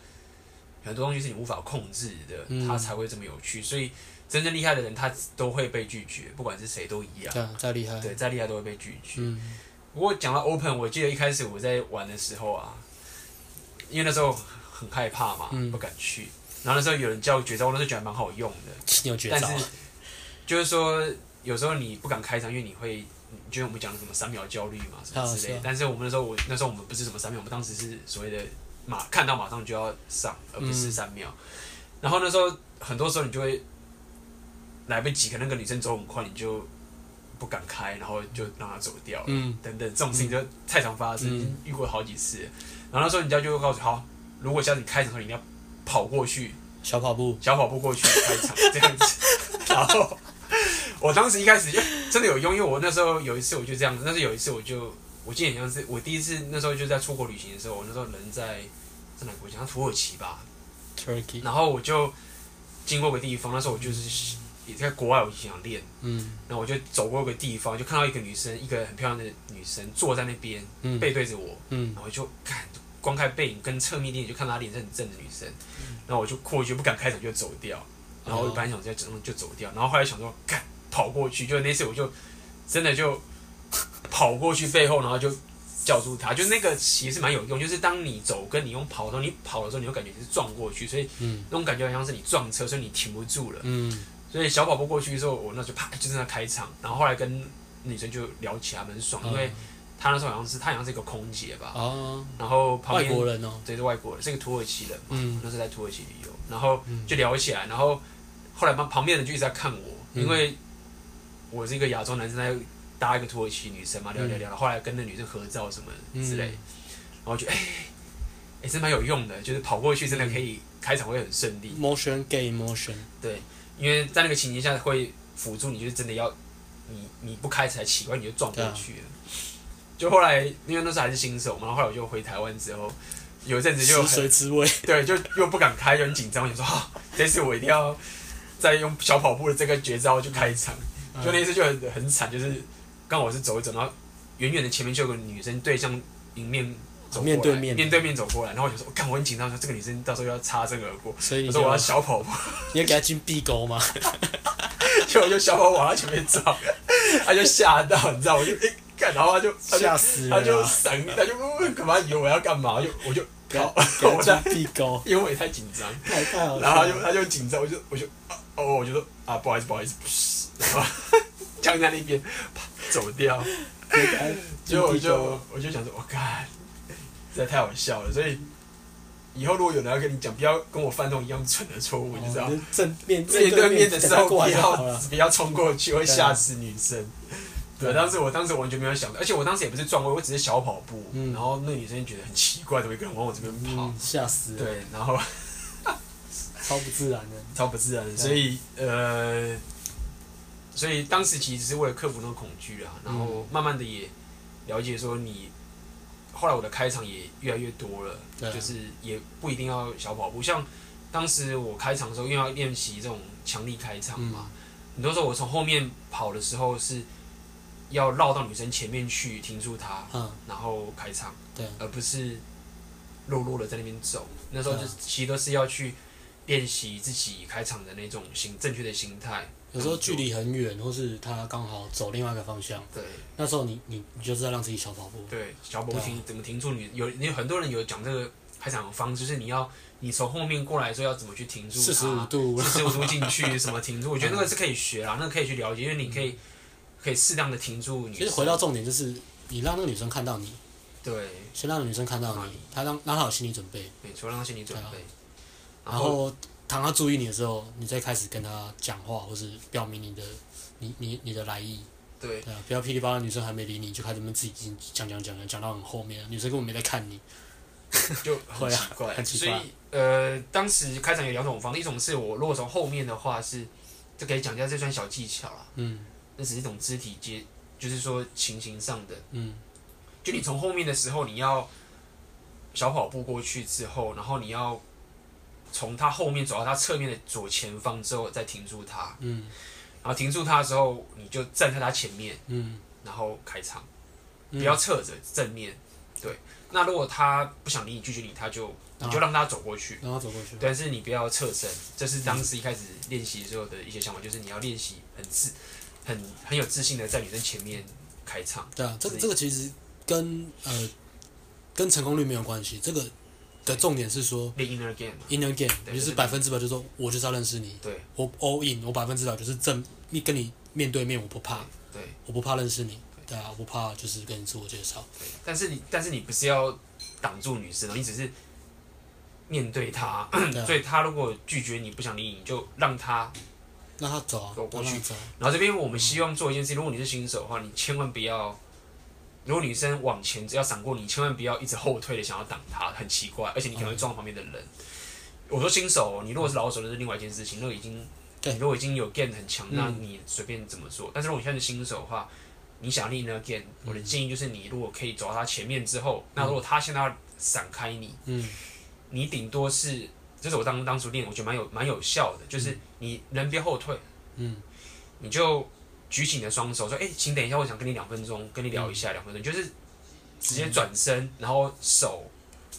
B: 很多东西是你无法控制的，
A: 嗯
B: 它才会这么有趣。所以真正厉害的人，他都会被拒绝，不管是谁都一样
A: 对，啊，再厉害，
B: 对，再厉害都会被拒绝。
A: 嗯，
B: 不过讲到 open，我记得一开始我在玩的时候啊，因为那时候很害怕嘛，
A: 嗯
B: 不敢去。然后那时候有人教我绝招，我那时候觉得蛮好用的。
A: 你有绝
B: 但
A: 招啊
B: 是，就是说，有时候你不敢开场，因为你会，你就像我们讲的什么三秒焦虑嘛，什么
A: 啊
B: 之类
A: 是
B: 的
A: 啊。
B: 但是我们那时候，我那时候我们不是什么三秒，我们当时是所谓的马看到马上就要上，而不是
A: 嗯
B: 三秒。然后那时候很多时候你就会来不及，可能那个女生走很快，你就不敢开，然后就让她走掉了。
A: 嗯，
B: 等等，这种事情就太常发生，
A: 嗯
B: 已经遇过好几次了。然后那时候人家就会告诉你，好，如果下次你开场的时候，你一定要跑过去，
A: 小跑步，
B: 小跑步过去开场这样子。然后我当时一开始就真的有用，因为我那时候有一次我就这样子，但是有一次我就我记得很像是我第一次那时候就在出国旅行的时候，我那时候人在在哪个国家？土耳其吧。
A: Turkey，
B: 然后我就经过个地方，那时候我就是也在国外，我就想练。
A: 嗯
B: 然后我就走过一个地方，就看到一个女生，一个很漂亮的女生坐在那边，
A: 嗯
B: 背对着我，
A: 嗯
B: 然，后就看光看背影跟侧面电影就看她脸是很正的女生，然后我就过去不敢开场就走掉，然后我本来想就整就走掉，然后后来想说干跑过去，就那次我就真的就跑过去背后，然后就叫住她，就那个其实蛮有用，就是当你走跟你用跑的时候，你跑的时候你会感觉是撞过去，所以
A: 嗯
B: 那种感觉好像是你撞车，所以你停不住了。
A: 嗯，
B: 所以小跑步过去之后，我那就啪就在那开场，然后后来跟女生就聊起来蛮爽，因
A: 嗯
B: 为她那时候好像是她好像是一个空姐吧，
A: 哦，
B: 然后旁
A: 外
B: 边
A: 国人哦，
B: 对是外国人，是一个土耳其人嘛，
A: 嗯
B: 那时候在土耳其旅游，然后就聊起来，然后后来旁旁边的人就一直在看我，
A: 嗯
B: 因为我是一个亚洲男生在搭一个土耳其女生嘛，聊
A: 嗯
B: 聊聊，后来跟那女生合照什么之类，
A: 嗯
B: 然后就哎哎真蛮有用的，就是跑过去真的
A: 嗯
B: 可以开场会很顺利，
A: ，motion gay motion，
B: 对，因为在那个情形下会辅助你，就是真的要你你不开才奇怪，你就撞过去了。
A: 啊
B: 就后来因为那时候还是新手嘛，然后后来我就回台湾之后，有一阵子就
A: 食髓
B: 很
A: 知味，
B: 对，就又不敢开，就很紧张，我想说啊，这次我一定要再用小跑步的这个绝招去开场。
A: 嗯
B: 就那一次就很很惨，就是刚好我是走一走，然后远远的前面就有个女生对向迎面走过来，
A: 面对面
B: 面对面走过来，然后我就说，我看我很紧张，说这个女生到时候要擦身而过，
A: 所以
B: 我
A: 你
B: 说
A: 就
B: 我要小跑步。
A: 你要给他进壁沟 吗？
B: 结果就小跑往他前面撞，他就吓到，你知道，我就哎，干、然后他就他就
A: 吓死人
B: 他
A: 啊
B: 就闪，他就呃干嘛以为我要干嘛，就我就
A: 给他
B: 靠
A: 给他抓地 沟，
B: 因为我也太紧张，
A: 太太好
B: 然后
A: 笑
B: 他就
A: 了。
B: 他就紧张，我就我就啊哦，我就说啊不好意思不好意思，然后 僵在那边，啪走掉。
A: 给他
B: 结果我
A: 进地沟
B: 就我就想说，我、哦、干，实在太好笑了。所以以后如果有人要跟你讲，不要跟我犯那种一样蠢的错误，你知道
A: 哦。就正面
B: 面对面的
A: 等
B: 时
A: 他
B: 候
A: 过
B: 不
A: 来就好
B: 要
A: 了。
B: 不要冲过去，会
A: 对啊
B: 吓死女生。对，
A: 啊对啊
B: 当时我当时完全没有想到，而且我当时也不是撞位，我只是小跑步，
A: 嗯
B: 然后那女生觉得很奇怪，怎么一个人往我这边跑
A: 嗯，？吓死了，
B: 对，然后
A: 超不自然的。
B: 超不自然的，所以呃，所以当时其实是为了克服那种恐惧啊，然
A: 嗯
B: 后慢慢的也了解说你，后来我的开场也越来越多了，
A: 对啊
B: 就是也不一定要小跑步，像当时我开场的时候，因为要练习这种强力开场嘛，
A: 嗯
B: 很多时候我从后面跑的时候是要绕到女生前面去停住她，
A: 嗯，
B: 然后开场，
A: 对
B: 而不是弱弱的在那边走。那时候就
A: 对啊
B: 是其实都是要去练习自己开场的那种心正确的心态。
A: 有时候距离很远，或是他刚好走另外一个方向，
B: 对
A: 那时候你你你就是要让自己小跑步。
B: 对，小跑步
A: 对啊
B: 停、怎么停住你？有有很多人有讲这个开场的方式，就是你要你从后面过来的时候要怎么去停住它，
A: 四十五度，
B: 四十五度进 去什么停住？我觉得那个是可以学啦，那个可以去了解，因为你可以可以适量的停住
A: 嗯
B: 女
A: 其
B: 生。
A: 实回到重点就是，你让那个女生看到你，
B: 对，
A: 先让女生看到
B: 看到
A: 你，她让让她有心理准备，
B: 没错，让她心理准备
A: 对。啊
B: 然
A: 然后当她注意你的时候，你再开始跟她讲话，或是表明你的你你你的来意，
B: 对，
A: 对啊，不要噼里啪啦，女生还没理你就开始们自己已经讲讲讲讲讲到很后面了，女生根本没在看你，
B: 就很奇怪，
A: 会啊很奇
B: 所
A: 怪
B: 以呃，当时开场有两种方式，一种是我如果从后面的话是，就可以讲一下这算小技巧啦，
A: 嗯
B: 那只是一种肢体接，就是说情形上的。
A: 嗯
B: 就你从后面的时候，你要小跑步过去之后，然后你要从他后面走到他侧面的左前方之后，再停住他，
A: 嗯
B: 然后停住他的时候，你就站在他前面，
A: 嗯，
B: 然后开场。
A: 嗯
B: 不要侧着正面。对，那如果他不想理你，拒绝你，他就你就
A: 啊
B: 让他走过去，
A: 让她走过去，
B: 但是你不要侧身。这是当时一开始练习的时候的一些想法，就是你要练习很自、很很有自信的在女生前面开场。
A: 对啊，这个
B: 自己
A: 这个其实跟呃跟成功率没有关系，这个的重点是说
B: 练 inner game 嘛，
A: in a game，
B: 对
A: 就是
B: 就是
A: 百分之百就说我就是要认识你，
B: 对
A: 我 all in，我百分之百就是正面跟你面对面，我不怕，
B: 对。
A: 我不怕认识你，对啊，我不怕就是跟你自我介绍，
B: 但是你但是你不是要挡住女生哦，你只是面对她，
A: 对啊
B: 所以她如果拒绝你不想理你，你就让她
A: 让他走啊
B: 走，过
A: 让他
B: 去
A: 走啊，
B: 然后这边我们希望做一件事情，如果你是新手的话，你千万不要，如果女生往前只要闪过你，千万不要一直后退的想要挡她，很奇怪，而且你可能会撞到旁边的人。我说新手哦，你如果是老手，那是另外一件事情，那个已经，
A: 对
B: 你如果已经有 gain 很强，
A: 嗯
B: 那你随便怎么做。但是如果你现在是新手的话，你想练那个 gain，我的建议就是你如果可以走到她前面之后，那如果她现在要闪开你，
A: 嗯
B: 你顶多是，这是我当当初练，我觉得蛮有蛮有效的，就是你人别后退，
A: 嗯，
B: 你就举起你的双手说，哎、请等一下，我想跟你两分钟，跟你聊一下两分钟，就是直接转身，然后手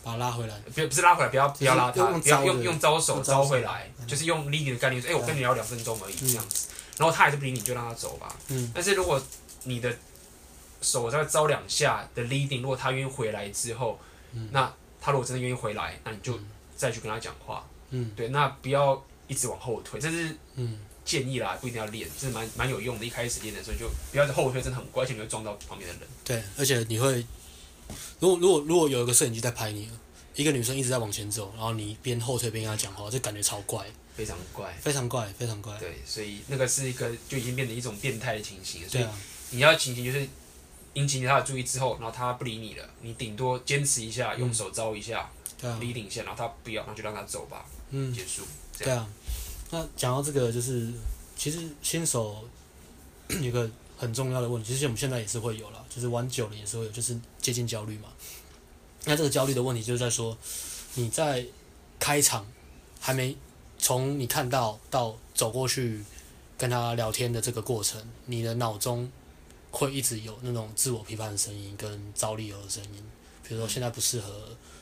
A: 把他拉回来，
B: 不不是拉回来，不要
A: 就是
B: 不要拉他，
A: 用
B: 不要
A: 招的
B: 用用招手
A: 用招
B: 招
A: 手
B: 回来，
A: 嗯
B: 就是用力的概念说，哎、我跟你聊两分钟而已、这样子，然后他还是不理你，就让他走吧。
A: 嗯
B: 但是如果你的手再招两下的 leading，如果他愿意回来之后，
A: 嗯
B: 那他如果真的愿意回来，那你就
A: 嗯
B: 再去跟他讲话。
A: 嗯
B: 对，那不要一直往后退，这是
A: 嗯，
B: 建议啦，不一定要练，这是蛮蛮有用的。一开始练的时候就不要后退，真的很怪，而且你会撞到旁边的人。
A: 对，而且你会，如果如果如果有一个摄影机在拍你。一个女生一直在往前走，然后你边后退边跟她讲话，这感觉超怪，
B: 非常怪。
A: 非常怪，非常怪。
B: 对，所以那个是一个就已经变成一种变态的情形了。所
A: 对
B: 以
A: 啊，
B: 你要情形就是引起他的注意之后，然后他不理你了，你顶多坚持一下，用手招一下，
A: 对啊，
B: 理领一下，然后他不要，那就让他走吧，
A: 嗯，
B: 结束。这
A: 对啊，那讲到这个，就是其实新手 有个很重要的问题，其实我们现在也是会有啦，就是玩久了也是会有，就是接近焦虑嘛。那这个焦虑的问题就是在说，你在开场还没从你看到到走过去跟他聊天的这个过程，你的脑中会一直有那种自我批判的声音跟糟理由的声音，比如说现在不适合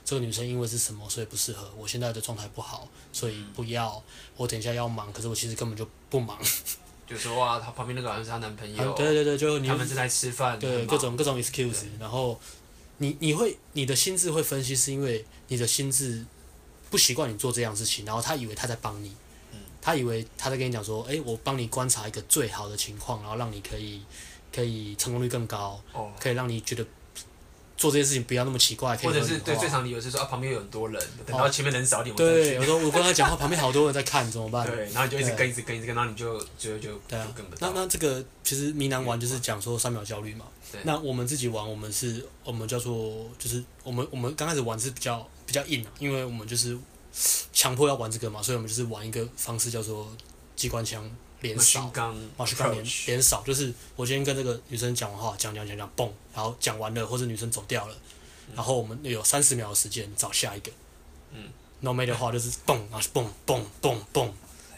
A: 这个女生，因为是什么所以不适合，我现在的状态不好，所以不要，我等一下要忙，可是我其实根本就不忙。
B: 就说哇，他旁边那个好像是她男朋
A: 啊
B: 友，
A: 对对对，就你
B: 他们正在吃饭，
A: 对
B: 很忙
A: 各种各种 excuse，然后你你会你的心智会分析，是因为你的心智不习惯你做这样的事情，然后他以为他在帮你
B: 嗯，
A: 他以为他在跟你讲说，诶，我帮你观察一个最好的情况，然后让你可以可以成功率更高，
B: 哦，
A: 可以让你觉得做这些事情不要那么奇怪，可以
B: 或者是
A: 合理
B: 对
A: 化
B: 最常理由是说啊，旁边有很多人，等到前面人少一点，我再
A: 哦对，
B: 去。
A: 有时候我跟他讲话，旁边好多人在看，怎么办？
B: 对，然后你就一直
A: 对
B: 跟，一直跟，一直跟，然后你就就就
A: 对啊
B: 就跟不
A: 那
B: 到。
A: 那这个其实迷南玩就是讲说三秒焦虑嘛
B: 对。
A: 那我们自己玩，我们是我们叫做就是我们我们刚开始玩是比较比较硬啊，因为我们就是强迫要玩这个嘛，所以我们就是玩一个方式叫做机关枪连扫
B: 勋。刚
A: 马去看连
B: approach
A: 连扫，就是我今天跟这个女生讲完话，讲讲讲讲，嘣，然后讲完了，或者女生走掉了，然后我们有三十秒的时间找下一个。
B: 嗯。
A: No m a 的话就是嘣，然后是嘣嘣嘣嘣，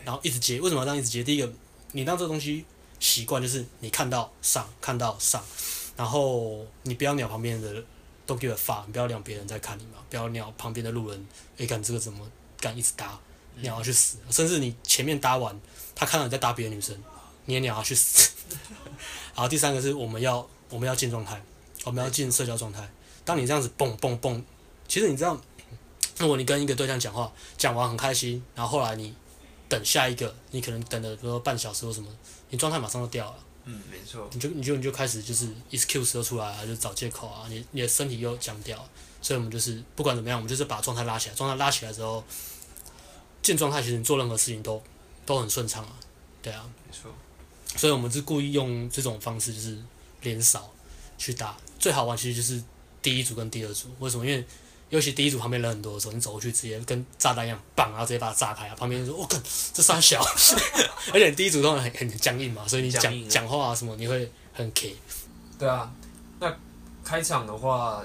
A: 然后一直接。为什么要这样一直接？第一个，你让这个东西习惯，就是你看到上，看到上，然后你不要鸟旁边的，don't give a fuck，你不要鸟别人在看你嘛，不要鸟旁边的路人，诶，看这个怎么敢一直搭，
B: 嗯
A: 鸟要去死，甚至你前面搭完，他看到你在搭别的女生，你也鸟要去死。 然后第三个是我们要我们要进状态，我们要进社交状态。当你这样子蹦蹦蹦，其实你知道，如果你跟一个对象讲话，讲完很开心，然后后来你等下一个，你可能等了比如说半小时或什么，你状态马上就掉了，
B: 嗯，没错，
A: 你就你就你就开始就是 excuse 都出来啊，就找借口啊，你你的身体又僵掉了，所以我们就是不管怎么样，我们就是把状态拉起来，状态拉起来之后，进状态其实你做任何事情都都很顺畅啊，对啊，
B: 没错。
A: 所以我们是故意用这种方式，就是连扫去打。最好玩其实就是第一组跟第二组，为什么？因为尤其第一组旁边人很多的时候，你走过去直接跟炸弹一样，棒，然后直接把它炸开啊！旁边人说：“我、哦、靠，这三小。” 而且你第一组通常很很僵硬嘛，所以你
B: 僵硬
A: 讲
B: 啊
A: 讲话啊什么，你会很 K。
B: 对啊，那开场的话，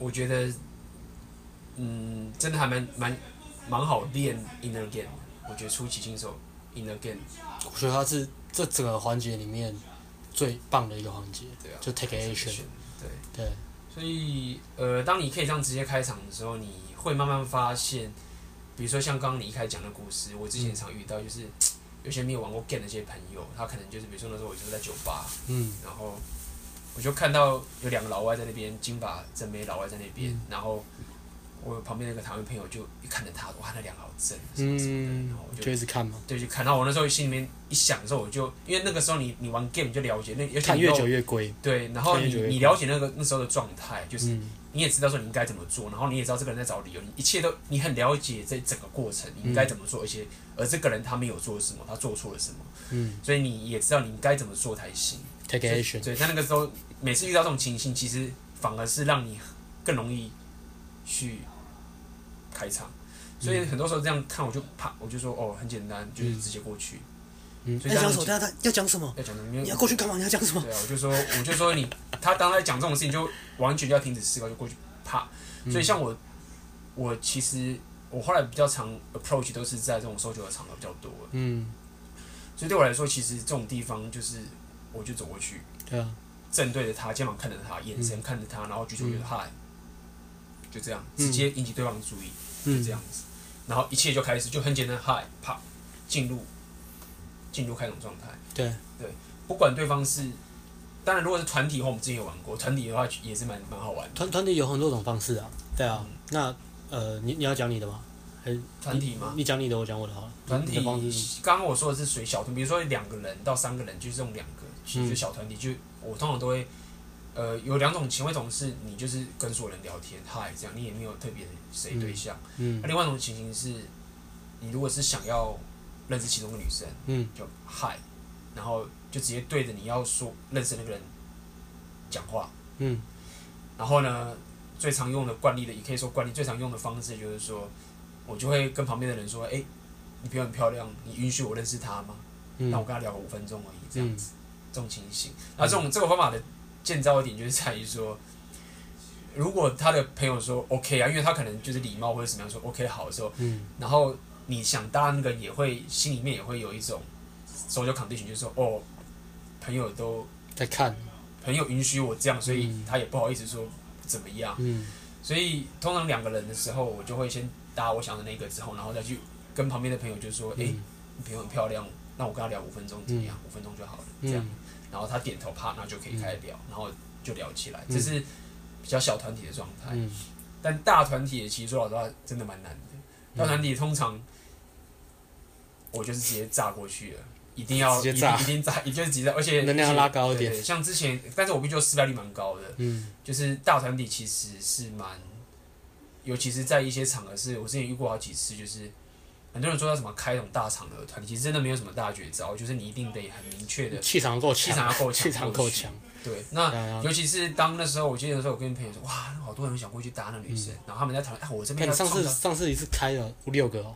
B: 我觉得，嗯，真的还蛮蛮蛮好练 inner game。我觉得初级新手 inner game，
A: 我觉得它是这整个环节里面最棒的一个环节，
B: 对啊，
A: 就 take action。
B: 对。
A: 对，
B: 所以，呃，当你可以这样直接开场的时候，你会慢慢发现，比如说像刚刚你一开始讲的故事，我之前也常遇到，就是有些没有玩过 game 的一些朋友，他可能就是比如说那时候我就是在酒吧，
A: 嗯
B: 然后我就看到有两个老外在那边，金发正妹老外在那边，
A: 嗯
B: 然后我旁边那个台湾朋友就一看着他，哇，那两个好正，什么什么的，
A: 嗯
B: 然后我，就
A: 就一直看嘛，
B: 对去看，然后我那时候心里面一想的时候，我就因为那个时候你你玩 game 你就了解那，而且
A: 看
B: 你
A: 越
B: 都
A: 久越贵。
B: 对，然后
A: 看越
B: 你
A: 久越
B: 你
A: 酷
B: 了解那个那时候的状态，就是
A: 嗯
B: 你也知道说你应该怎么做，然后你也知道这个人在找理由，你一切都你很了解这整个过程，你应该怎么做，而且而这个人他没有做什么，他做错了什么，
A: 嗯
B: 所以你也知道你应该怎么做才行。
A: ，take
B: 所以
A: action。
B: 对，在那个时候，每次遇到这种情形，其实反而是让你更容易去开场。所以很多时候这样看，我就怕，我就说哦，很简单，就是直接过去。
A: 嗯，
B: 所以这样
A: 么？等一下要讲什么？
B: 要讲什么？你
A: 去干嘛？你要讲什么？
B: 对啊，我就说，我就说你，他当他讲这种事情，就完全就要停止思考，就过去啪。所以像我，我其实我后来比较常 approach 都是在这种搜酒的场合比较多，
A: 嗯，
B: 所以对我来说，其实这种地方就是我就走过去，
A: 对啊，
B: 正对着他，肩膀看着他，眼神看着他，然后举手就是
A: 嗯
B: 嗨，就这样，
A: 嗯
B: 直接引起对方的注意，
A: 嗯
B: 就这样子，然后一切就开始，就很简单，嗨，啪，进入进入开场状态。
A: 对，
B: 不管对方是，当然如果是团体的话，我们之前有玩过，团体的话也是蛮蛮好玩的。
A: 团团体有很多种方式啊，对啊，那呃，你你要讲你的吗？还是
B: 团体吗
A: 你你讲你的，我讲我的好了。
B: 团
A: 你的方式是什么
B: 体，刚刚我说的是属于小团，比如说两个人到三个人，就是这种两个，
A: 嗯
B: 就小团体，就我通常都会，呃，有两种情况，一种是你就是跟所有人聊天，嗨，这样你也没有特别的谁对象；
A: 嗯
B: 那、另外一种情形是，你如果是想要认识其中一个女生，
A: 嗯
B: 就嗨，然后就直接对着你要说认识那个人讲话，
A: 嗯
B: 然后呢，最常用的惯例的，也可以说惯例最常用的方式就是说，我就会跟旁边的人说，哎、你朋友很漂亮，你允许我认识她吗？
A: 嗯，
B: 那、我跟她聊个五分钟而已，这样子，这种情形。那
A: 嗯
B: 这种这个方法的见招的点就是在于说，如果他的朋友说 OK 啊，因为他可能就是礼貌或者怎么样说 OK 好的时候，
A: 嗯
B: 然后你想搭那个也会心里面也会有一种 social condition，就是说哦，朋友都
A: 在看，
B: 朋友允许我这样，所以
A: 嗯
B: 他也不好意思说怎么样。
A: 嗯
B: 所以通常两个人的时候，我就会先搭我想的那个之后，然后再去跟旁边的朋友就说：“诶，
A: 嗯
B: 你朋友很漂亮，那我跟他聊五分钟怎么样？五分钟就好了。”这样
A: 嗯，
B: 然后他点头啪，那就可以开始聊，然后就聊起来。这是比较小团体的状态。
A: 嗯，
B: 但大团体也其实说老实话真的蛮难的。大团体通常我就是直接炸过去了，一定要
A: 直接炸
B: 一定一定炸，也就是直接炸，而且
A: 能量要拉高一点
B: 对对像之前，但是我必须说失败率蛮高的，
A: 嗯，
B: 就是大团体其实是蛮，尤其是在一些场合是，我之前遇过好几次，就是很多人说要怎么开那种大场合的团体，其实真的没有什么大绝招，就是你一定得很明确的
A: 气场够
B: 气
A: 强，
B: 场要够强，
A: 气场够强，
B: 对，那
A: 对啊
B: 尤其是当那时候，我记得那时候我跟朋友说，哇，那好多人想过去搭那女生，然后他们在讨论，啊，我这边
A: 嗯看
B: 要
A: 上
B: 创
A: 次
B: 造
A: 上次一次开了五六个哦，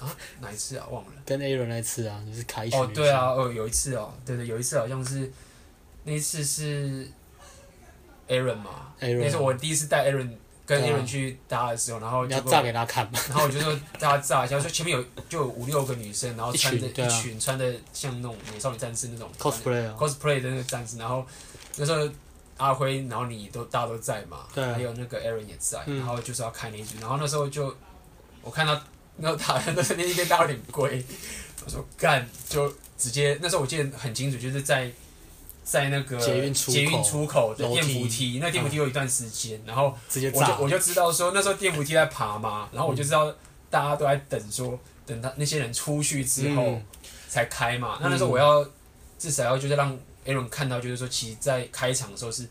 B: 啊哪一次啊，忘了。
A: 跟 A 轮那一次啊，就是开一群
B: 哦，
A: 女
B: 对
A: 生，
B: 啊，哦，有一次哦，对对，有一次好像是那一次是 Aaron 嘛
A: Aaron
B: 那是我第一次带 Aaron 跟
A: 对啊
B: Aaron 去搭的时候，然后
A: 你要
B: 结果
A: 炸给他 看嘛，
B: 然后我就说大家炸一下，说前面有就有五六个女生，然后穿着
A: 一群对啊
B: 一群穿的像那种美少女战士那种
A: cosplay 啊，
B: cosplay 的那个战士，然后那时候阿辉，然后你都大家都在嘛，
A: 对啊
B: 还有那个 Aaron 也在，
A: 嗯
B: 然后就是要开那一局，然后那时候就我看到那打那时候那一天大家有点龟，我说干就直接那时候我记得很清楚，就是在在那个
A: 捷运出口
B: 捷运出口的
A: 楼梯
B: 电扶梯，那电扶梯有一段时间，然后
A: 直接
B: 我就
A: 炸
B: 我，就知道说那时候电扶梯在爬嘛，然后我就知道大家都在等说等他那些人出去之后。
A: 嗯，
B: 才开嘛。那那时候我要、至少要就是让 Aaron 看到，就是说其实在开场的时候是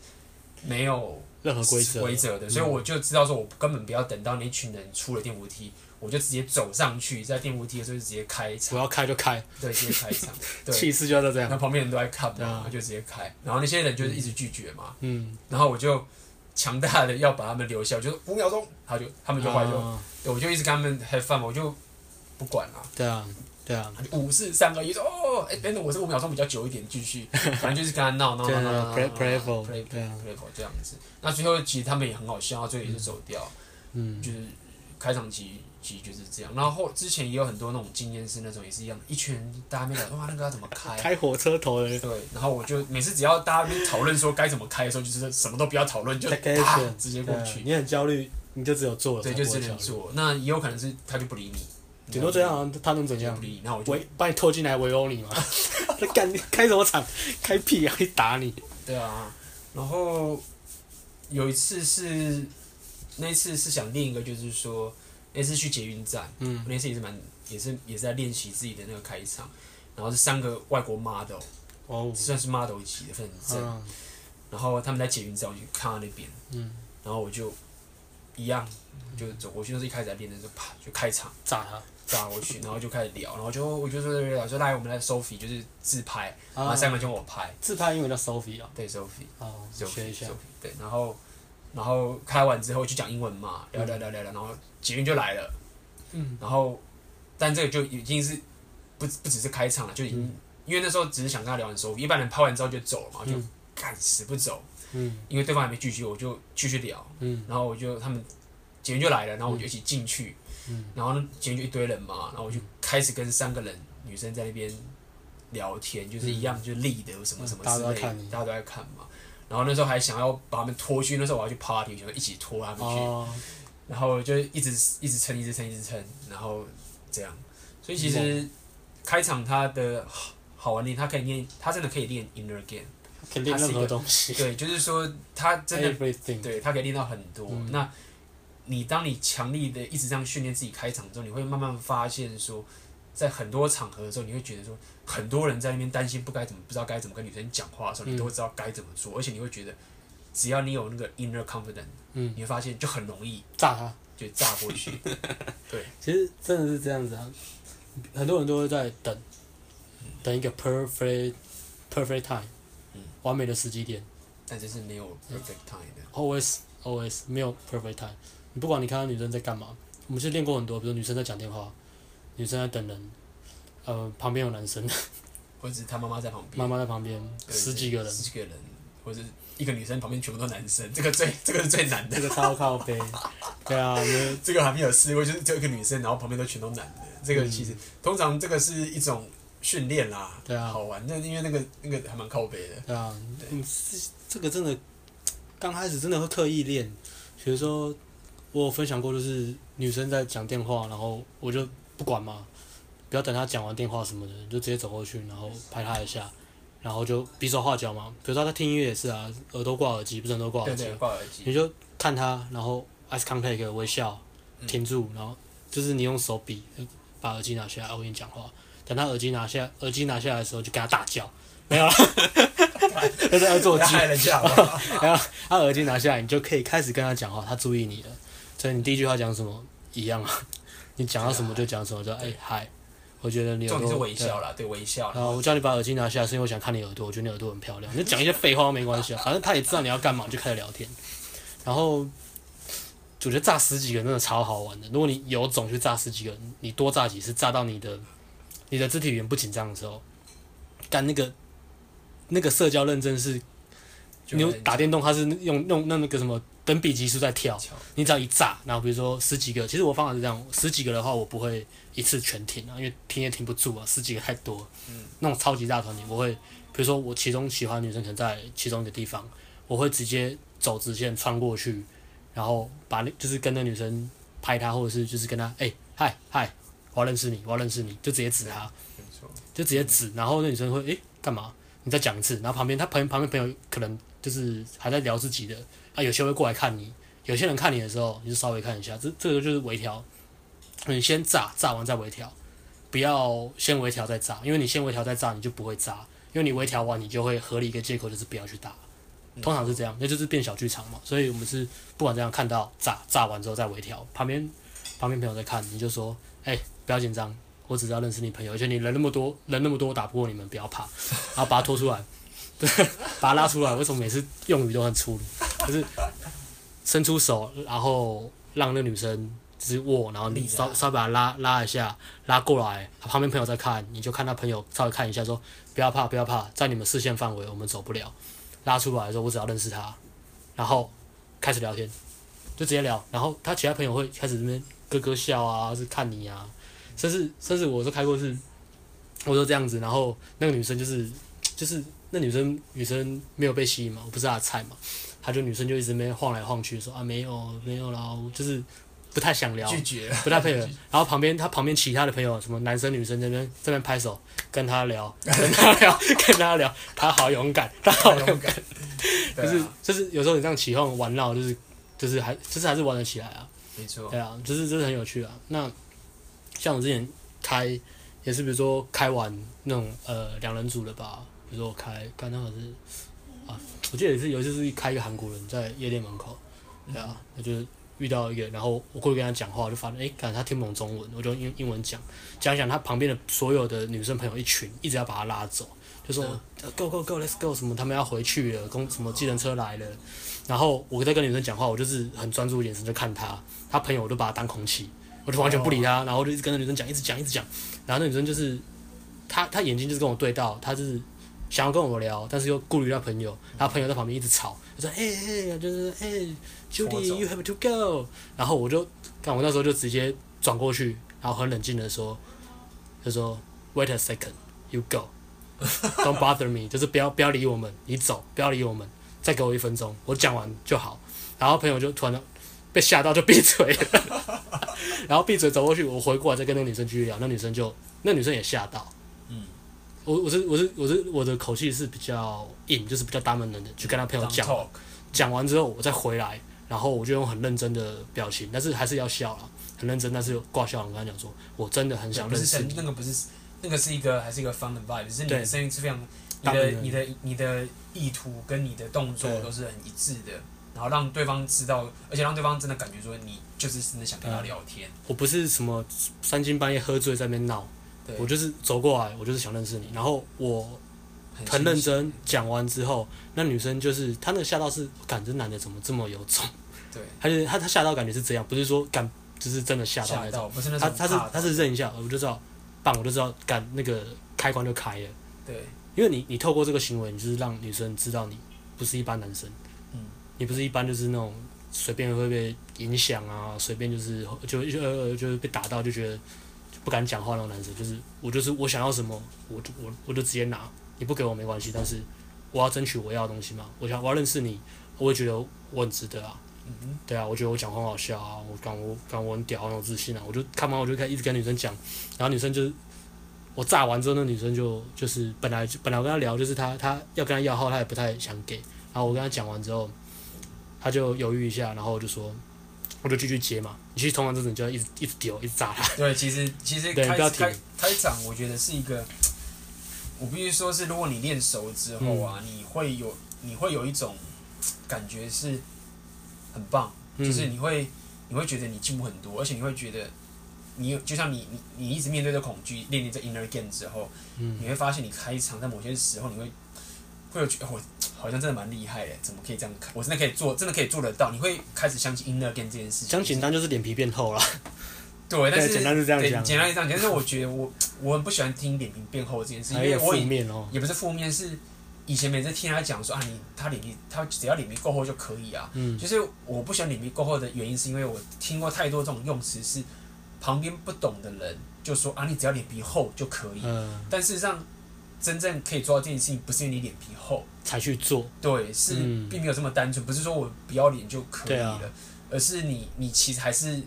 B: 没有
A: 任何规则，嗯
B: 规则的，所以我就知道说我根本不要等到那群人出了电扶梯，我就直接走上去，在电扶梯的时候就直接开
A: 我
B: 场，
A: 要开就开，
B: 对，直接开 场，对。
A: 气势就要这
B: 那
A: 样，
B: 旁边人都在看
A: 对啊
B: 嘛，他就直接开，然后那些人就是一直拒绝嘛，
A: 嗯，
B: 然后我就强大的要把他们留下，我就五秒钟，他就他们就坏就，
A: 啊
B: 对我就一直跟他们 have fun，嘛我就不管了。
A: 对啊，对啊，
B: 五四三二一，说哦，哎、等等，我这五秒钟比较久一点，继续， 反正就是跟他闹闹
A: 对
B: 闹
A: 啊
B: 闹闹
A: ，play playful，
B: play
A: 对啊，
B: playful 这样子。那最后其实他们也很好笑，最后也是走掉，
A: 嗯，
B: 就是开场集集就是这样。然后后之前也有很多那种经验是那种也是一样，一群人大家没讲哇那个要怎么开。
A: 开火车头的，
B: 对，然后我就每次只要大家讨论说该怎么开的时候，就是什么都不要讨论，就
A: 再开
B: 啪
A: 始
B: 直接
A: 对
B: 过
A: 啊
B: 去。
A: 你很焦虑，你就只有做了，
B: 对，就只能，做。那也有可能是他就不理你，
A: 顶多这样，啊，他能怎
B: 就
A: 样
B: 不？理你。那我就
A: 围把你拖进来围殴你嘛， 干你开什么场？开屁啊！一打你，
B: 对啊，然后有一次是那次是想练一个，就是说那次去捷运站，
A: 嗯，
B: 那次也是蛮也是也是在练习自己的那个开场，然后是三个外国 model，
A: 哦，
B: 算是 model 级的分正，
A: 嗯
B: 然后他们在捷运站我就看到那边，
A: 嗯，
B: 然后我就一样就走过去，那是一开始在练的时候，啪就开场。
A: 炸他，
B: 炸过去，然后就开始聊，然后就我就说聊说来我们来 Sophie 就是自拍，然后三个就我拍，
A: 啊自拍英文叫 Sophie 啊，
B: 对 Sophie，
A: 哦，
B: 就
A: 学一下，
B: 对，然后然后开完之后就讲英文嘛，聊聊聊聊聊，然后捷运就来了，
A: 嗯，
B: 然后但这个就已经是不不只是开场了，就已经、因为那时候只是想跟他聊完收，一般人拍完之后就走了嘛，就
A: 嗯嗯
B: 干、死不走，
A: 嗯
B: 因为对方还没拒绝，我就继续聊，
A: 嗯
B: 然后我就他们捷运就来了，然后我就一起进去，
A: 嗯
B: 然后呢捷运就一堆人嘛，然后我就开始跟三个人女生在那边聊天，就是一样，就立的什么什么之
A: 嗯大家都在
B: 类
A: 看
B: 的
A: 你，
B: 大家都在看嘛。然后那时候还想要把他们拖去，那时候我要去 party，想要一起拖他们去，
A: 哦，
B: 然后就一直一直撑，一直撑，一直撑，然后这样。所以其实
A: 嗯
B: 开场它的好好玩力，它可以练，它真的可以练 inner game。
A: 肯定任何东西
B: 对，就是说它真的
A: ，everything，
B: 对，他可以练到很多。
A: 嗯
B: 那你当你强力的一直这样训练自己开场之后，你会慢慢发现说，在很多场合的时候，你会觉得说，很多人在那边担心不该怎么不知道该怎么跟女生讲话的时候，
A: 嗯
B: 你都会知道该怎么做，而且你会觉得，只要你有那个 inner confidence，
A: 嗯，
B: 你会发现就很容易
A: 炸他。
B: 就炸过去。
A: 其实真的是这样子啊，很多人都会在等，等一个 perfect perfect time，
B: 嗯
A: 完美的时机点
B: 但这是没有 perfect time 的。
A: ，always always 没有 perfect time。你不管你看到女生在干嘛，我们是练过很多，比如女生在讲电话，女生在等人，呃，旁边有男生，
B: 或者是他妈妈在旁边，
A: 妈妈在旁边，
B: 对
A: 十几个人，
B: 十几个人，或者是一个女生旁边全部都男生，这个最这个是最难的
A: 这。个超靠背，对啊，我们
B: 这个还没有试过，就是只有一个女生，然后旁边都全都男的。这
A: 嗯
B: 个其实、通常这个是一种训练啦，
A: 对啊
B: 好玩。那因为那个那个还蛮靠北的，
A: 对啊，嗯，是这个真的，刚开始真的会刻意练。比如说，我有分享过，就是女生在讲电话，然后我就不管嘛，不要等她讲完电话什么的，你就直接走过去，然后拍她一下，然后就比手画脚嘛。比如说他听音乐也是啊，耳朵挂耳机，不是很多挂耳
B: 对
A: 机
B: 对，
A: 吗，
B: 挂耳机
A: 你，就看他，然后 eyes contact 微笑，
B: 嗯
A: 停住，然后就是你用手比把耳机拿下来，我跟你讲话。等他耳机拿下，耳机拿下来的时候就跟他大叫，没 有啦，啊那是恶作剧。
B: 害人家了。
A: 然后他耳机拿下来，你就可以开始跟他讲话，他注意你了。所以你第一句话讲什么一样啊？你讲到什么就讲什么，就哎嗨，我觉得你耳
B: 重
A: 朵
B: 点是微笑啦，对微笑
A: 然后
B: 啦。
A: 我叫你把耳机拿下来，是因为我想看你耳朵，我觉得你耳朵很漂亮。你就讲一些废话都没关系啊，反正他也知道你要干嘛，就开始聊天。然后我觉得炸十几个人真的超好玩的。如果你有种去炸十几个人，你多炸几次，炸到你的你的肢体语言不紧张的时候，干那个那个社交认证是，
B: 就
A: 你用
B: 很
A: 打电动，它是用用那个什么等比级数在跳。
B: 巧
A: 你只要一炸，然后比如说十几个，其实我方法是这样，十几个的话我不会一次全停啊，因为停也停不住啊，十几个太多。
B: 嗯，
A: 那种超级大团体，我会，比如说我其中喜欢的女生可能在其中一个地方，我会直接走直线穿过去，然后把那就是跟那女生拍她，或者是就是跟她哎嗨嗨，我要认识你，我要认识你，就直接指她，
B: 没错，
A: 就直接指，然后那女生会诶干嘛？你再讲一次，然后旁边他朋旁边朋友可能就是还在聊自己的，啊，有些会过来看你，有些人看你的时候你就稍微看一下，这这个就是微调，你先炸，炸完再微调，不要先微调再炸，因为你先微调再炸你就不会炸，因为你微调完你就会合理一个借口就是不要去打，
B: 嗯
A: 通常是这样，那就是变小剧场嘛，所以我们是不管怎样看到炸炸完之后再微调，旁边旁边朋友在看你就说，哎、不要紧张，我只是要认识你朋友，而且你人那么多，人那么多，我打不过你们，不要怕，然后把他拖出来，对，把他拉出来。为什么每次用语都很粗鲁？就是伸出手，然后让那女生就是握，然后你
B: 立着
A: 稍稍微把她拉拉一下，拉过来，旁边朋友在看，你就看他朋友稍微看一下说不要怕，不要怕，在你们视线范围，我们走不了。拉出来的时候，我只要认识他，然后开始聊天，就直接聊。然后他其他朋友会开始这边咯咯笑啊，是看你啊，甚至甚至我都开过是，我说这样子，然后那个女生就是就是那女生女生没有被吸引嘛，我不是她的菜嘛，她就女生就一直在那边晃来晃去说啊没有没有啦，我就是不太想聊，
B: 拒绝了。
A: 不太配合。然后旁边他旁边其他的朋友，什么男生女生这边这边拍手，跟他 聊，跟他聊，跟他聊，他好勇敢，他好勇敢。
B: 对
A: 就是
B: 啊，
A: 就是有时候你这样起哄玩闹，就是就是还就是还是玩得起来啊。
B: 没错
A: 对，啊，就是这是很有趣啊。那像我之前开也是，比如说开玩那种呃两人组的吧，比如说我开刚刚好是啊，我记得也是有一次是开一个韩国人在夜店门口，对啊，那就是遇到一个，然后我过去跟他讲话，我就发现哎，感觉他听不懂中文，我就用英英文讲讲一讲，他旁边的所有的女生朋友一群一直要把他拉走，就说、呃 Go Go Go Let's Go 什么，他们要回去了，公什么计程车来了。然后我在跟女生讲话，我就是很专注的眼神在看她，她朋友我都把她当空气，我就完全不理她，然后就一直跟那女生讲，一直讲，一直讲，然后那女生就是，她她眼睛就是跟我对到，她就是想要跟我聊，但是又顾虑到朋友，她朋友在旁边一直吵，就说哎哎，就是哎
B: 拖走
A: ，Judy you have to go，然后我就，看我那时候就直接转过去，然后很冷静的说，就说 Wait a second, you go, don't bother me，就是不要不要理我们，你走，不要理我们。再给我一分钟，我讲完就好。然后朋友就突然被吓到，就闭嘴了。 然后闭嘴走过去，我回过来再跟那个女生继续聊，那女生就那女生也吓到。
B: 嗯，
A: 我我是我是我是我的口气是比较硬，就是比较大闷人的，去跟他朋友
B: Dumb
A: 啊讲
B: talk，
A: 讲完之后我再回来，然后我就用很认真的表情，但是还是要笑了，很认真，但是挂笑容跟他讲说，我真的很想
B: 不
A: 认
B: 是
A: 识
B: 神
A: 你，
B: 那个不是那个是一个还是一个 fun 的 vibe，只是你
A: 对
B: 的声音是非常你
A: 当
B: 的
A: 然
B: 你的你的意图跟你的动作
A: 对
B: 都是很一致的，然后让对方知道，而且让对方真的感觉说你就是真的想跟他
A: 嗯
B: 聊天，
A: 我不是什么三更半夜喝醉在那边闹，
B: 对，
A: 我就是走过来，我就是想认识你，然后我很
B: 很
A: 认
B: 清晰，
A: 真讲完之后，那女生就是她那个吓到是，感这男的怎么这么有种？
B: 对，
A: 她就是她她吓到感觉是这样，不是说感就是真的吓到
B: 吓
A: 那种，
B: 到不是那
A: 她
B: 种
A: 她是
B: 怕的
A: 她是认一下，我就知道，棒我就知道感那个开关就开了，
B: 对，
A: 因为你你透过这个行为，你就是让女生知道你不是一般男生，
B: 嗯，
A: 你不是一般就是那种随便会被影响啊，随便就是就就呃就是被打到就觉得就不敢讲话那种男生，就是我就是我想要什么，我就我我就直接拿，你不给我没关系，但是我要争取我要的东西嘛，我想我要认识你，我也觉得我很值得啊，
B: 嗯哼，
A: 对啊，我觉得我讲话很好笑啊，我感我感我很屌，很有自信啊，我就看完我就开始一直跟女生讲，然后女生就是我炸完之后，那女生就就是本来本来我跟她聊，就是她她要跟她要号，她也不太想给。然后我跟她讲完之后，她就犹豫一下，然后我就说，我就继续接嘛。你去通常这种就要一直一直丢，一直炸她。
B: 对，其实其实
A: 对
B: 开
A: 不要
B: 开
A: 停
B: 开场，我觉得是一个，我必须说是，如果你练熟之后啊，
A: 嗯
B: 你会有你会有一种感觉是很棒，
A: 嗯
B: 就是你会你会觉得你进步很多，而且你会觉得你有就像你你你一直面对这恐惧，练练这 inner game 之后，
A: 嗯
B: 你会发现你开场在某些时候你会会有觉得哦我、好像真的蛮厉害的，怎么可以这样开？我真的可以做，真的可以做得到。你会开始相信 inner game 这件事情。
A: 讲简单就是脸皮变厚了。
B: 对，但是
A: 对简单是这样
B: 对
A: 讲
B: 简单是这样讲。但是我觉得我我很不喜欢听脸皮变厚这件事，因
A: 还
B: 为
A: 有
B: 我
A: 负
B: 以
A: 面哦，
B: 也不是负面，是以前每次听他讲说啊，你他脸皮他只要脸皮够厚就可以啊。
A: 嗯
B: 就是我不喜欢脸皮够厚的原因，是因为我听过太多这种用词，是旁边不懂的人就说啊，你只要脸皮厚就可以。
A: 呃，
B: 嗯但事实上，真正可以做到这件事情，不是因为你脸皮厚，
A: 才去做，
B: 对，是
A: 嗯
B: 并没有这么单纯，不是说我不要脸就可以
A: 对
B: 了，
A: 啊
B: 而是你你其实还是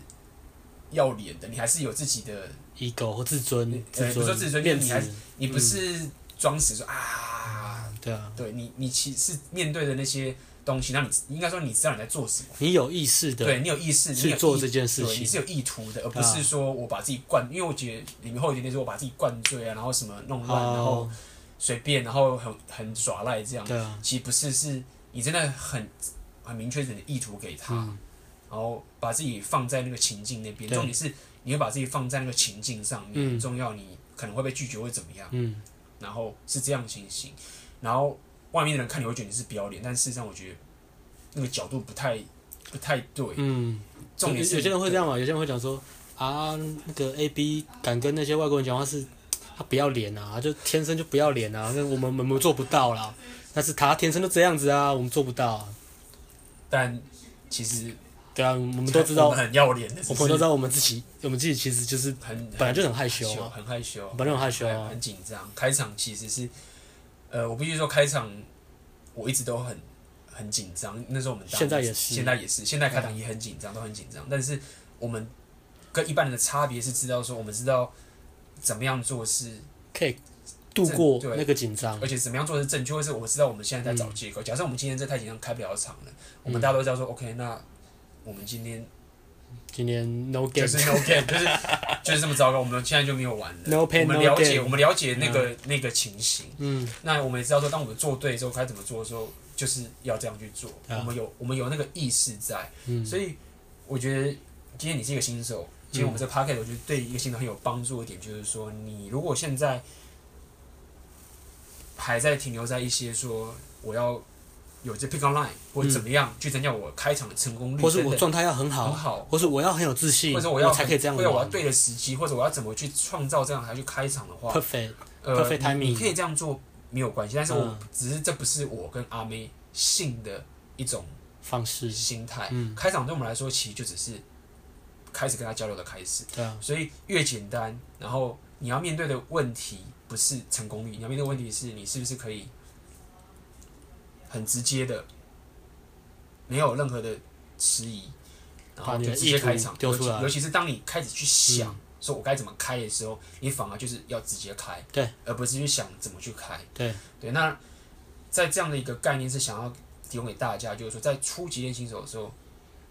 B: 要脸的，你还是有自己的，
A: ego 或自尊，
B: 呃
A: 自
B: 不是说
A: 尊，
B: 自尊
A: 面
B: 你
A: 子
B: 还，你不是装死说、啊，
A: 对啊，
B: 对你你其实面对的那些东西，那你应该说你知道你在做什么，
A: 你有意识
B: 对
A: 的
B: 你有意识，你
A: 去
B: 有
A: 做
B: 意
A: 这件事
B: 对，你
A: 情，
B: 是有意图的，而不
A: 啊
B: 是说我把自己灌，因为我觉得里面后一点点说我把自己灌醉啊，然后什么弄乱，然后
A: 哦，
B: 随便，然后很很耍赖这样。
A: 对啊，
B: 其实不是，是你真的很很明确你的意图给他，
A: 嗯
B: 然后把自己放在那个情境那边。
A: 对
B: 重点是你会把自己放在那个情境上面，
A: 嗯
B: 重要你可能会被拒绝或怎么样，
A: 嗯，
B: 然后是这样的情形。然后外面的人看你会觉得你是不要脸，但事实上我觉得那个角度不太不太对。
A: 嗯，
B: 重
A: 有
B: 点是
A: 有些人会这
B: 样，
A: 样嘛，有些人会讲说啊，那个 A B 敢跟那些外国人讲话是，他不要脸啊，他就天生就不要脸啊，那我们我们我们做不到啦，但是他天生就这样子啊，我们做不到、啊，
B: 但其实
A: 对啊，我们都知道，
B: 我
A: 我
B: 们很要脸的，
A: 们都知道我们自己，我们自己其实就是
B: 很很
A: 本来就很害羞
B: 羞
A: 啊，
B: 很害羞，
A: 本来就很害羞
B: 很
A: 啊，
B: 很紧张。开场其实是，呃，我必须说开场我一直都很很紧张。那时候我们当
A: 现在也是嗯
B: 现在也是，现在开场也很紧张，都很紧张。但是我们跟一般人的差别是知道说，我们知道怎么样做事，
A: 可以度过
B: 这对
A: 那个紧张
B: 而，且怎么样做是正确，或是我知道我们现在
A: 嗯
B: 在找借口。假设我们今天这太紧张开不了场了，我们大家都知道说、o k 那。我们今天
A: 今天 no
B: 就
A: game，
B: 是 no game，就是就是这么糟糕，我们现在就没有玩了。
A: No pain,
B: 我们
A: no
B: 了解
A: gain
B: 我们了解那个、那个情形，
A: 嗯
B: 那我们也知道说，当我们做对之后该怎么做的时候，就是要这样去做。
A: 啊
B: 我们有我们有那个意识在，
A: 嗯，
B: 所以我觉得今天你是一个新手，今天我们这 p o c a s t 我觉得对一个新手很有帮助的点就是说，你如果现在还在停留在一些说我要有这 pick online 或者怎么样去增加我开场的成功率，
A: 或是
B: 等
A: 我
B: 等
A: 状态要很
B: 很
A: 好，啊
B: 好。
A: 或是我要很有自信，
B: 或者我要
A: 才可以这样
B: 或者我要
A: 玩。
B: 对的时机，或者我要怎么去创造这样来去开场的话，
A: perfect，
B: 呃
A: Perfect
B: 你
A: timing
B: 你可以这样做没有关系，但是我
A: 嗯
B: 只是这不是我跟阿妹性的一种
A: 方式，
B: 心态。
A: 嗯，
B: 开场对我们来说，其实就只是开始跟她交流的开始，
A: 对啊，
B: 所以越简单，然后你要面对的问题不是成功率，你要面对的问题是你是不是可以很直接的，没有任何的迟疑，然后
A: 把你
B: 就
A: 的
B: 直接
A: 意图
B: 开场。
A: 丢
B: 尤
A: 出
B: 其
A: 来嗯
B: 尤其是当你开始去想说我该怎么开的时候，你反而就是要直接开，
A: 对，
B: 而不是去想怎么去开。
A: 对，
B: 对，那在这样的一个概念是想要提供给大家，就是说在初级练新手的时候，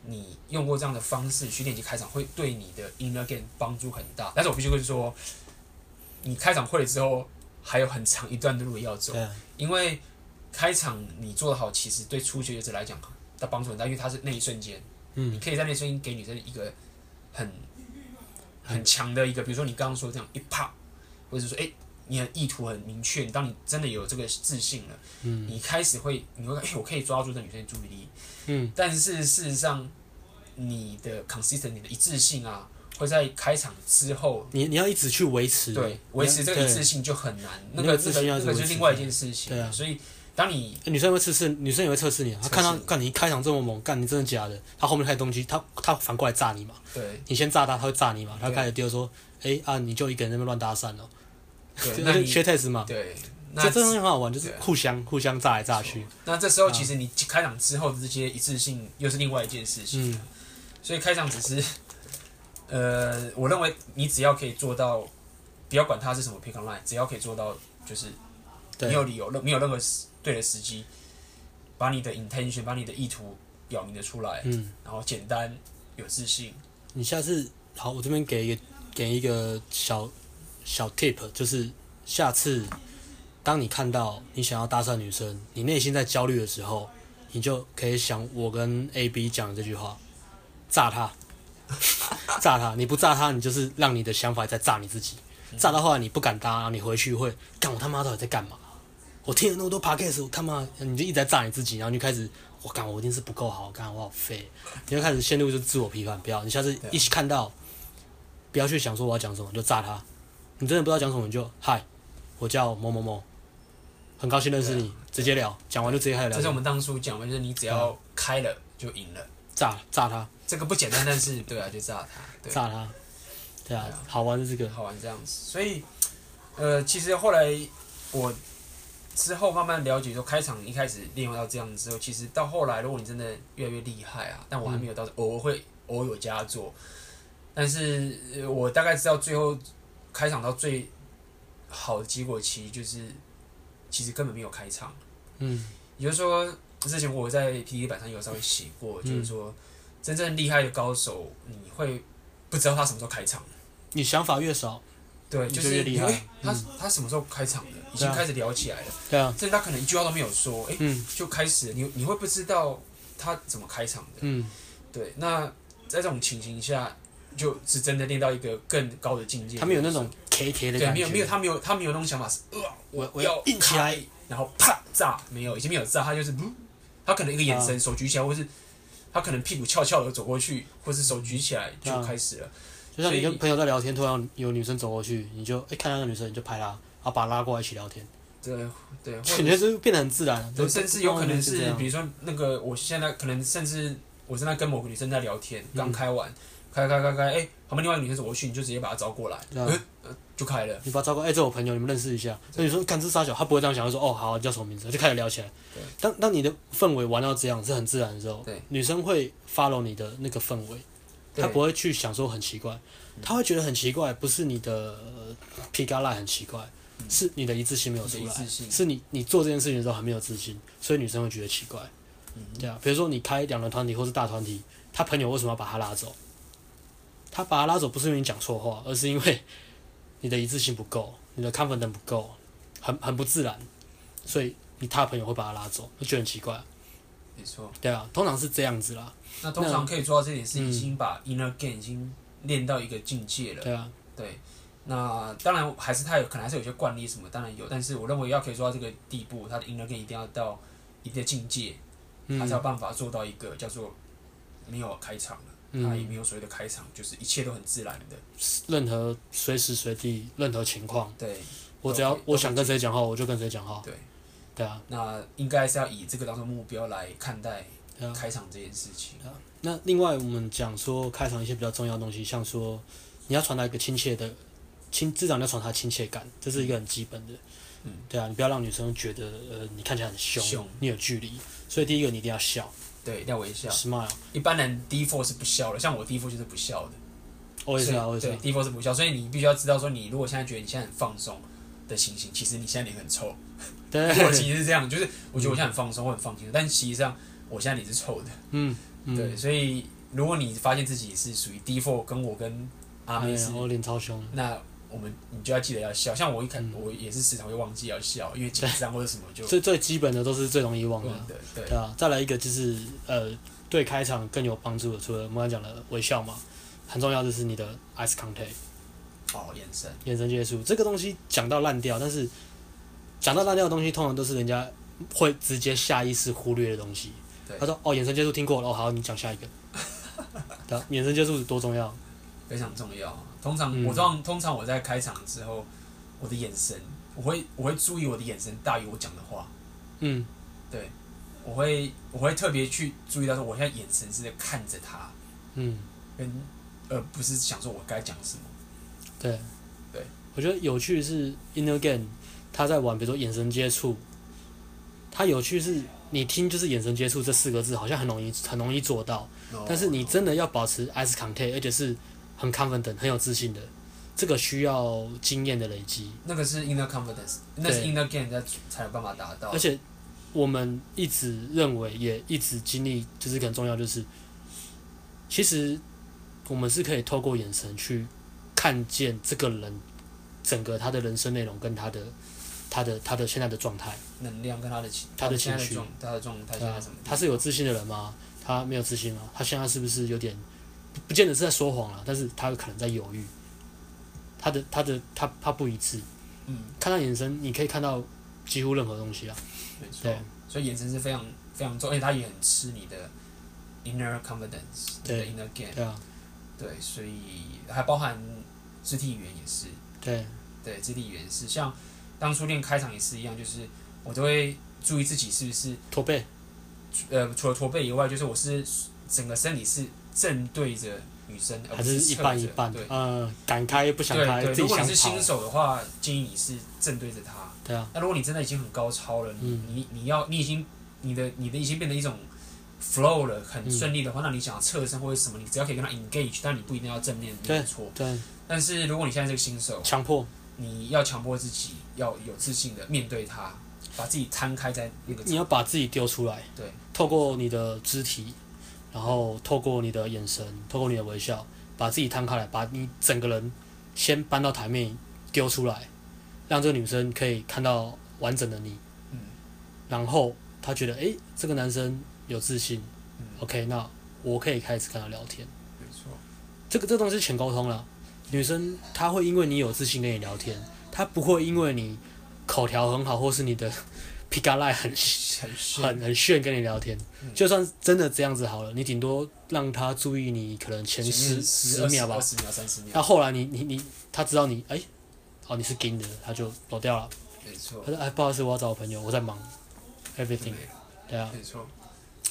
B: 你用过这样的方式去练习开场，会对你的 inner game 帮助很大。但是我必须跟你说，你开场会了之后，还有很长一段的路要走
A: 对，啊，
B: 因为开场你做得好，其实对初学者来讲，它帮助很大，因为它是那一瞬间，你
A: 嗯，
B: 可以在那一瞬间给女生一个很很强的一个，比如说你刚刚说这样一啪，或者是说哎、你的意图很明确，当你真的有这个自信了，
A: 嗯
B: 你开始会你会哎、我可以抓住这女生的注意力，
A: 嗯，
B: 但是事实上你的 consistent 你的一致性啊，会在开场之后。
A: 你你要一直去维持，
B: 对，维持这个一致
A: 对。
B: 性就很难，
A: 那
B: 那个
A: 个
B: 那
A: 自
B: 个
A: 信要
B: 那
A: 一直
B: 个是
A: 维持
B: 另外一件事情。
A: 对啊
B: 所以当你
A: 哎女生会测试，女生也会测试你啊。她
B: 测试
A: 看到
B: 你
A: 干你开场这么猛，干你真的假的？她后面开始动机，她她反过来炸你嘛。
B: 对
A: 你先炸她，她会炸你嘛。她
B: 对
A: 开始丢说，哎啊，你就一个人在那边乱搭讪哦，
B: 对，
A: 就
B: 那
A: 是
B: 你
A: 学 test 嘛。
B: 对，那
A: 这这东西很好玩，就是
B: 对啊
A: 互相互相炸来炸去。
B: 那这时
A: 啊
B: 候其实你开场之后的这些一致性又是另外一件事情，
A: 嗯
B: 所以开场只是，呃，我认为你只要可以做到不要管它是什么 pick on line，只要可以做到，就是
A: 对
B: 你有理由，任你有任何时对的时机，把你的 intention，把你的意图表明的出来，
A: 嗯，
B: 然后简单有自信，
A: 你下次好，我这边给一个给一个小小 tip，就是下次当你看到你想要搭讪女生，你内心在焦虑的时候，你就可以想我跟 A B 讲的这句话，炸他， 炸他！你不炸他，你就是让你的想法在炸你自己，炸到后来你不敢搭，然后你回去会干我他妈到底在干嘛？我听了那么多 podcast，我他妈你就一直在炸你自己，然后你就开始我干我一定是不够好，干我好废，你就开始陷入就自我批判。不要，你下次一起看到，不要去想说我要讲什么，就炸他。你真的不知道讲什么，你就嗨，我叫某某某，很高兴认识你，直接聊，讲完就直接开始聊
B: 这是我
A: 天，
B: 们当初讲的，就是你只要开了就赢了。
A: 炸炸他，
B: 这个不简单，但是对啊，就炸它，对，
A: 炸他，对啊
B: 对啊，
A: 好玩的这个，
B: 好玩这样子。所以，呃，其实后来我之后慢慢了解，说开场一开始利用到这样之后，其实到后来，如果你真的越来越厉害啊，但我还没有到，偶尔会偶尔有佳作，但是、呃我大概知道最后开场到最好的结果，其实就是其实根本没有开场。
A: 嗯
B: 也就是说，之前我在 PPT 板上有稍微写过，就是说，真正厉害的高手，你会不知道他什么时候开场，
A: 你想法越少，
B: 对，
A: 你
B: 就
A: 就是越厉害嗯
B: 诶他他什么时候开场的，已
A: 对
B: 经
A: 啊
B: 开始聊起来了，
A: 对啊，
B: 甚至他可能一句话都没有说，哎，
A: 嗯
B: 就开始了，你你会不知道他怎么开场的，
A: 嗯，
B: 对，那在这种情形下，就是真的练到一个更高的境界。
A: 他们有那种 K K 的
B: 对，
A: 感
B: 没
A: 觉，
B: 有没有，他没有他没有那种想法是，呃，
A: 我我
B: 要
A: 要硬起来
B: 开，然后啪炸，没有，已经没有炸，他就是不，他可能一个眼
A: 啊
B: 神，手举起来，或是他可能屁股翘翘的走过去，或是手举起来就
A: 啊
B: 开始了。
A: 就像你
B: 所以
A: 跟朋友在聊天，突然有女生走过去，你就哎、看到那个女生，你就拍她，然后把她拉过来一起聊天，
B: 对对，或
A: 你
B: 者
A: 觉得这变得很自然，
B: 对甚至有可能
A: 就是这
B: 是，
A: 样
B: 比如说那个，我现在可能甚至我正在跟某个女生在聊天，刚开完，
A: 嗯
B: 开开开开，哎，旁边另外一个女生走过去，你就直接把她招过来，
A: 对啊
B: 呃呃就开了。
A: 你把他招过来，哎、这我朋友，你们认识一下。那你说干这傻小，他不会这样想，他说哦好，你叫什么名字，就开始聊起来
B: 对。
A: 当当你的氛围玩到这样是很自然的时候
B: 对，
A: 女生会 follow 你的那个氛围，她
B: 对
A: 不会去想说很奇怪，她会觉得很奇怪，不是你的呃皮嘎赖很奇怪，是你的一致性没有出
B: 嗯你的
A: 来
B: 一致，性
A: 是你你做这件事情的时候很没有自信，所以女生会觉得奇怪。
B: 嗯
A: 对啊，比如说你开两人团体或是大团体，他朋友为什么要把他拉走？他把他拉走不是因为你讲错话，而是因为你的一致性不够，你的 confidence 不够，很很不自然，所以你他朋友会把他拉走，就觉得很奇怪。
B: 没错。
A: 对啊，通常是这样子啦。
B: 那通常可以做到这点是已
A: 嗯
B: 经把 inner game 已经练到一个境界了。
A: 对啊，
B: 对，那当然还是他有可能还是有些惯例什么，当然有，但是我认为要可以做到这个地步，他的 inner game 一定要到一定的境界，他才
A: 嗯，
B: 有办法做到一个叫做没有开场了，
A: 嗯
B: 他也没有所谓的开场，就是一切都很自然的。
A: 任何随时随地任何情况，
B: 对
A: 我只要
B: 都可以
A: 我想跟谁讲话，我就跟谁讲话。
B: 对，
A: 对啊，
B: 那应该是要以这个当做目标来看待
A: 对啊。
B: 开场这件事情。
A: 嗯那另外我们讲说开场一些比较重要的东西，像说你要传达一个亲切的亲，至少你要传达亲切感，这是一个很基本的。
B: 嗯，
A: 对啊，你不要让女生觉得呃你看起来很凶，
B: 凶
A: 你有距离，所以第一个你一定要笑
B: 对，啊一定要微笑。
A: ，smile。
B: 一般人 default 是不笑的，像我 default 就是不笑的。
A: 我也是啊，我也是
B: 对
A: 啊。
B: ，default 是不笑，所以你必须要知道说，你如果现在觉得你现在很放松的情形，其实你现在脸 很臭。我
A: 对，
B: 其实是这样，就是我觉得我现在很放松，我很放心，但其实上我现在脸是臭的。
A: 嗯 嗯，
B: 对，所以如果你发现自己是属于 default，跟我跟阿
A: 哎
B: 妹
A: 呀
B: 是，
A: 我脸超凶。
B: 那我们你就要记得要笑。像我一开，
A: 嗯
B: 我也是时常会忘记要笑，因为紧张或者什么 就
A: 最最基本的都是最容易忘的
B: 忘
A: 啊。
B: 的。对
A: 对啊，再来一个就是呃，对开场更有帮助的，除了我们刚刚讲的微笑嘛，很重要就是你的 eyes contact。
B: 哦，眼神，
A: 眼神接触这个东西讲到烂掉，但是讲到烂掉的东西，通常都是人家会直接下意识忽略的东西
B: 对。
A: 他说：“哦，眼神接触听过了，哦，好，你讲下一 个。”对啊，眼神接触多重要。
B: 非常重要。通常、
A: 嗯
B: 我通常通常我在开场之后，我的眼神，我会我会注意我的眼神大于我讲的话。
A: 嗯，
B: 对，我会我会特别去注意到说，我现在眼神是在看着他，
A: 嗯，
B: 跟而不是想说我该讲什么。
A: 对，
B: 对，
A: 我觉得有趣的是 Inner Game，他在玩，比如说眼神接触，他有趣是你听就是眼神接触这四个字，好像很容易很容易做哦到，但是你真的要保持 eyes contact，而且是很 confident 很有自信的，这个需要经验的累积，
B: 那个是 inner confidence，那是 inner game 才才有办法达到。
A: 而且我们一直认为，也一直经历，就是很重要，就是其实我们是可以透过眼神去看见这个人整个他的人生内容跟他的他的他的现在的状态。
B: 能量跟他的情，
A: 他的
B: 现在
A: 情绪
B: 状，他的状态
A: 对
B: 现
A: 啊
B: 在什么？
A: 他是有自信的人吗？他没有自信吗？他现在是不是有点不不见得是在说谎了，但是他可能在犹豫。他的他的他他不一致，
B: 嗯，
A: 看他眼神，你可以看到几乎任何东西啊。
B: 没错
A: 对。
B: 所以眼神是非常非常重要，而且他也很吃你的 inner confidence，你的
A: 对
B: inner game。
A: 对啊，
B: 对，所以还包含肢体语言也是，
A: 对
B: 对，肢体语言是像当初练开场也是一样，就是我都会注意自己是不是
A: 驼背，
B: 啊呃，除了驼背以外，就是我是整个身体是正对着女生，而
A: 还
B: 不
A: 是一
B: 侧
A: 半
B: 着
A: 一半
B: 对，
A: 呃，敢开不想开，
B: 对对，
A: 自己
B: 如果
A: 想
B: 你是新
A: 跑。
B: 手的话，建议你是正对着她。
A: 对啊，
B: 那如果你真的已经很高超了，你、
A: 嗯
B: 你你要你已经你的你的已经变成一种 flow 了，很
A: 嗯
B: 顺利的话，那你想侧身或者什么，你只要可以跟她 engage，但你不一定要正面，没有
A: 对
B: 错。
A: 对，
B: 但是如果你现在是个新手，
A: 强迫
B: 你要强迫自己要有自信的面对她，把自己摊开在那个
A: 你要把自己丢出来，
B: 对，
A: 透过你的肢体，然后透过你的眼神，透过你的微笑，把自己摊开来，把你整个人先搬到台面丢出来，让这个女生可以看到完整的你，
B: 嗯
A: 然后她觉得诶，这个男生有自信
B: 嗯，
A: ，OK，那我可以开始跟他聊天。
B: 没错，
A: 这个这东西是浅沟通了。女生她会因为你有自信跟你聊天，她不会因为你口条很好或是你的 皮卡赖很
B: 很炫
A: 很很炫跟你聊天。
B: 嗯
A: 就算真的这样子好了，你顶多让她注意你可能前
B: 前
A: 十
B: 面
A: 十秒吧
B: 二。十秒、三十
A: 那
B: 秒，
A: 后来你你你她知道你哎、哦你是金的，她就走掉了。
B: 没错
A: 她，说哎不好意思，我要找我朋友，我在忙
B: 对
A: ，everything。对啊，
B: 没错，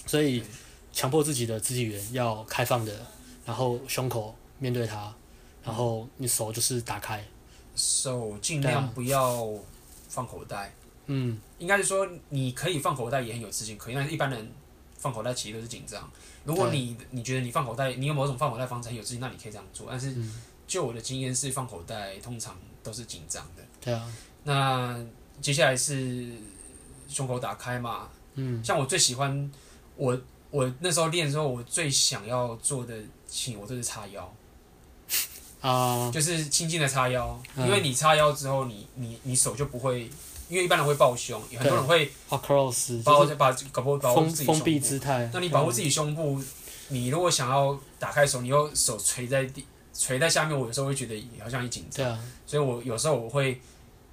A: 所以
B: 对
A: 强迫自己的肢体语言要开放的，然后胸口面对它，然后你手就是打开，
B: 手尽
A: 对啊
B: 量不要放口袋，
A: 嗯，
B: 应该是说你可以放口袋，也很有自信，可以，但是一般人放口袋其实都是紧张。如果
A: 对
B: 你你觉得你放口袋，你有某种放口袋方式很有自信，那你可以这样做。但是
A: 嗯
B: 就我的经验是，放口袋通常都是紧张的。
A: 对啊，
B: 那接下来是胸口打开嘛，
A: 嗯，
B: 像我最喜欢我我那时候练的时候，我最想要做的情，我就是叉腰。
A: 啊、
B: 就是轻轻的叉腰，
A: 嗯
B: 因为你叉腰之后，你你你手就不会，因为一般人会抱胸，有很多人会
A: a c r o s s
B: 包
A: 就是
B: 把搞不保护
A: 封
B: 自己
A: 封闭姿
B: 胸部。
A: 态，嗯
B: 那你保护自
A: 己，
B: 己胸部，你如果想要打开手，你又手垂在地，垂在下面，我有时候会觉得好像很紧张，
A: 对啊，
B: 所以我有时候我会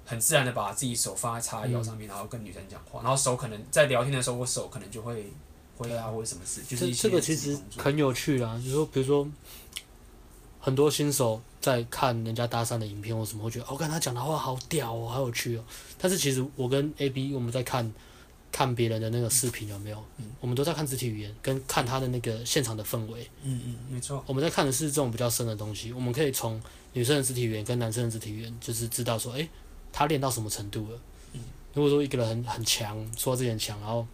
B: 很自然的把自己手放在叉
A: 嗯
B: 腰上面，然后跟女生讲话，然后手可能在聊天的时候，我手可能就会挥啊或者什么事，就是
A: 这
B: 一些
A: 这个其实
B: 动作
A: 很有趣啦，就是说，比如说，很多新手在看人家搭讪的影片或什么，会觉得哦，看他讲的话好屌哦，好有趣哦。但是其实我跟 A B 我们在看看别人的那个视频有没有，
B: 嗯
A: 我们都在看肢体语言跟看他的那个现场的氛围。
B: 嗯嗯没错，
A: 我们在看的是这种比较深的东西，我们可以从女生的肢体语言跟男生的肢体语言，就是知道说，诶，他练到什么程度了。
B: 嗯
A: 如果说一个人很很强，说自己很强，然后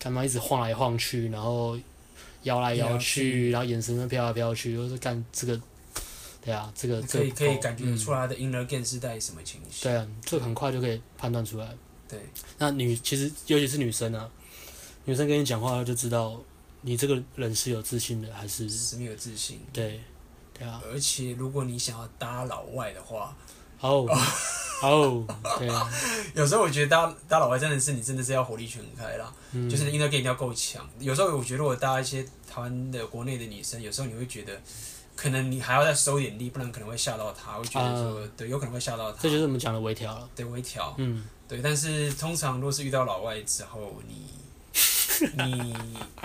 A: 干嘛一直晃来晃去，然后摇来
B: 摇
A: 摇
B: 来
A: 去，然后眼神飘来飘去，就是干这个，对啊，这个这
B: 可
A: 个
B: 以
A: 不
B: 可以
A: 够
B: 感觉
A: 嗯
B: 出来他的 inner game 是在什么情绪。
A: 对啊，这个很快就可以判断出来。
B: 对，
A: 那女其实尤其是女生啊，女生跟你讲话就知道你这个人是有自信的还是
B: 是没有自信。
A: 对，对啊。
B: 而且如果你想要搭老外的话，
A: 哦，哦，对啊，
B: 有时候我觉得搭搭老外真的是你真的是要火力全开啦，
A: 嗯，
B: 就是你 inner game 一定要够强。有时候我觉得我搭一些台湾的国内的女生，有时候你会觉得，可能你还要再收点力，不然可能会吓到她。我觉得说，对，有可能会吓到她。
A: 嗯这就是我们讲的微调了。
B: 对微调，
A: 嗯，
B: 对。但是通常若是遇到老外之后，你 你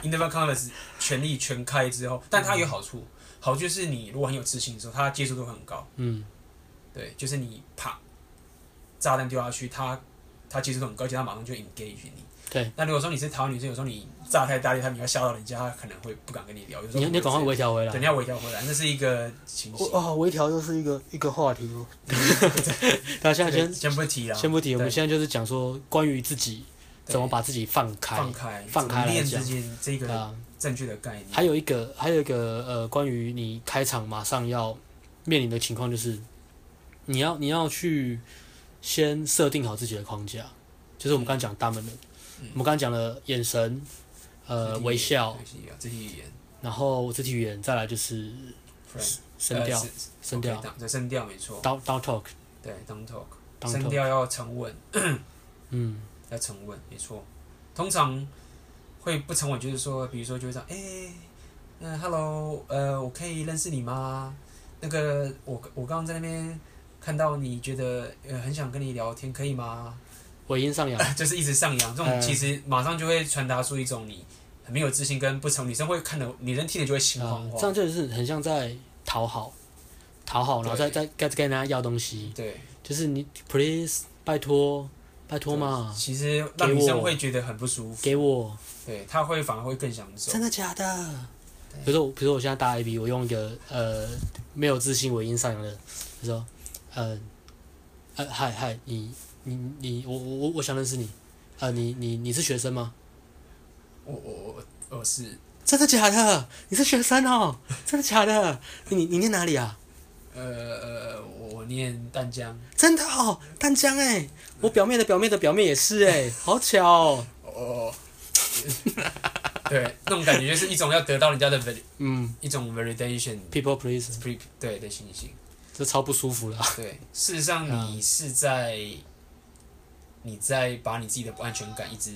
B: inner game 的全力全开之后，但它有好处，好处就是你如果很有自信的时候，它接受度会很高。
A: 嗯，
B: 对，就是你啪，炸弹丢下去，他他接受度很高，而且他马上就 engage 你。
A: 对。
B: 那如果说你是台湾女生，有时候你炸太大力，他你要吓到人家，他可能会不敢跟你聊。有时候
A: 你
B: 可能
A: 你赶快
B: 会
A: 微调回
B: 直接，对，
A: 来。
B: 你要微调回来，那是一个情形。
A: 哦，微调又是一个一个话题哦。那现在
B: 对
A: 先
B: 先不提啦，
A: 先不提，我们
B: 对
A: 现在就是讲说关于自己
B: 对
A: 怎么把自己放开。
B: 放开
A: 放开来
B: 怎么练这
A: 讲
B: 件这
A: 对
B: 个
A: 啊，
B: 正确的概念。
A: 还有一个还有一个呃，关于你开场马上要面临的情况就是，你要你要去先设定好自己的框架，就是我们刚才讲大门的，
B: 嗯
A: 我们刚才讲了眼神，呃，微笑，，
B: 肢体语言，
A: 然后肢体语言，再来就是声调
B: 呃，
A: 声调，
B: 对对声调没错，
A: down down talk，
B: 对，down talk，
A: down
B: 声
A: talk，
B: 调要沉稳，
A: 嗯，
B: 要沉稳，没错。通常会不沉稳，就是说，比如说就会这样，哎、那 Hello，呃，我可以认识你吗？那个，我我刚刚在那边看到你，觉得呃很想跟你聊天，可以吗？
A: 尾音上扬，
B: 就是一直上扬，这
A: 嗯
B: 种其实马上就会传达出一种你很没有自信跟不成，女生会看的，女生听了就会心
A: 啊
B: 慌，
A: 这
B: 慌。
A: 样就是很像在讨好，讨好，然后再再再跟人家要东西，
B: 对，
A: 就是你 please 拜托拜托嘛，
B: 其实让
A: 给
B: 女生
A: 我
B: 会觉得很不舒服，
A: 给我，
B: 对，她会反而会更想走
A: 真。的假的？
B: 对
A: 比如说我，比如说我现在搭 A B，我用一个呃没有自信、尾音上扬的，就说，呃，呃，嗨嗨，你你你，我我我我想认识你，呃，你你你是学生吗？
B: 我我我我是
A: 真的假的？你是学生哦？真的假的？你你念哪里啊？
B: 呃呃，我我念淡江。
A: 真的哦，淡江哎、我表妹的表妹的表妹也是哎、好巧哦。
B: 哦，对，那种感觉就是一种要得到人家的 val
A: 嗯
B: 一种 validation
A: ，people please，
B: pre 对的信心。
A: 这超不舒服了。
B: 对，事实上你是在你在把你自己的不安全感一直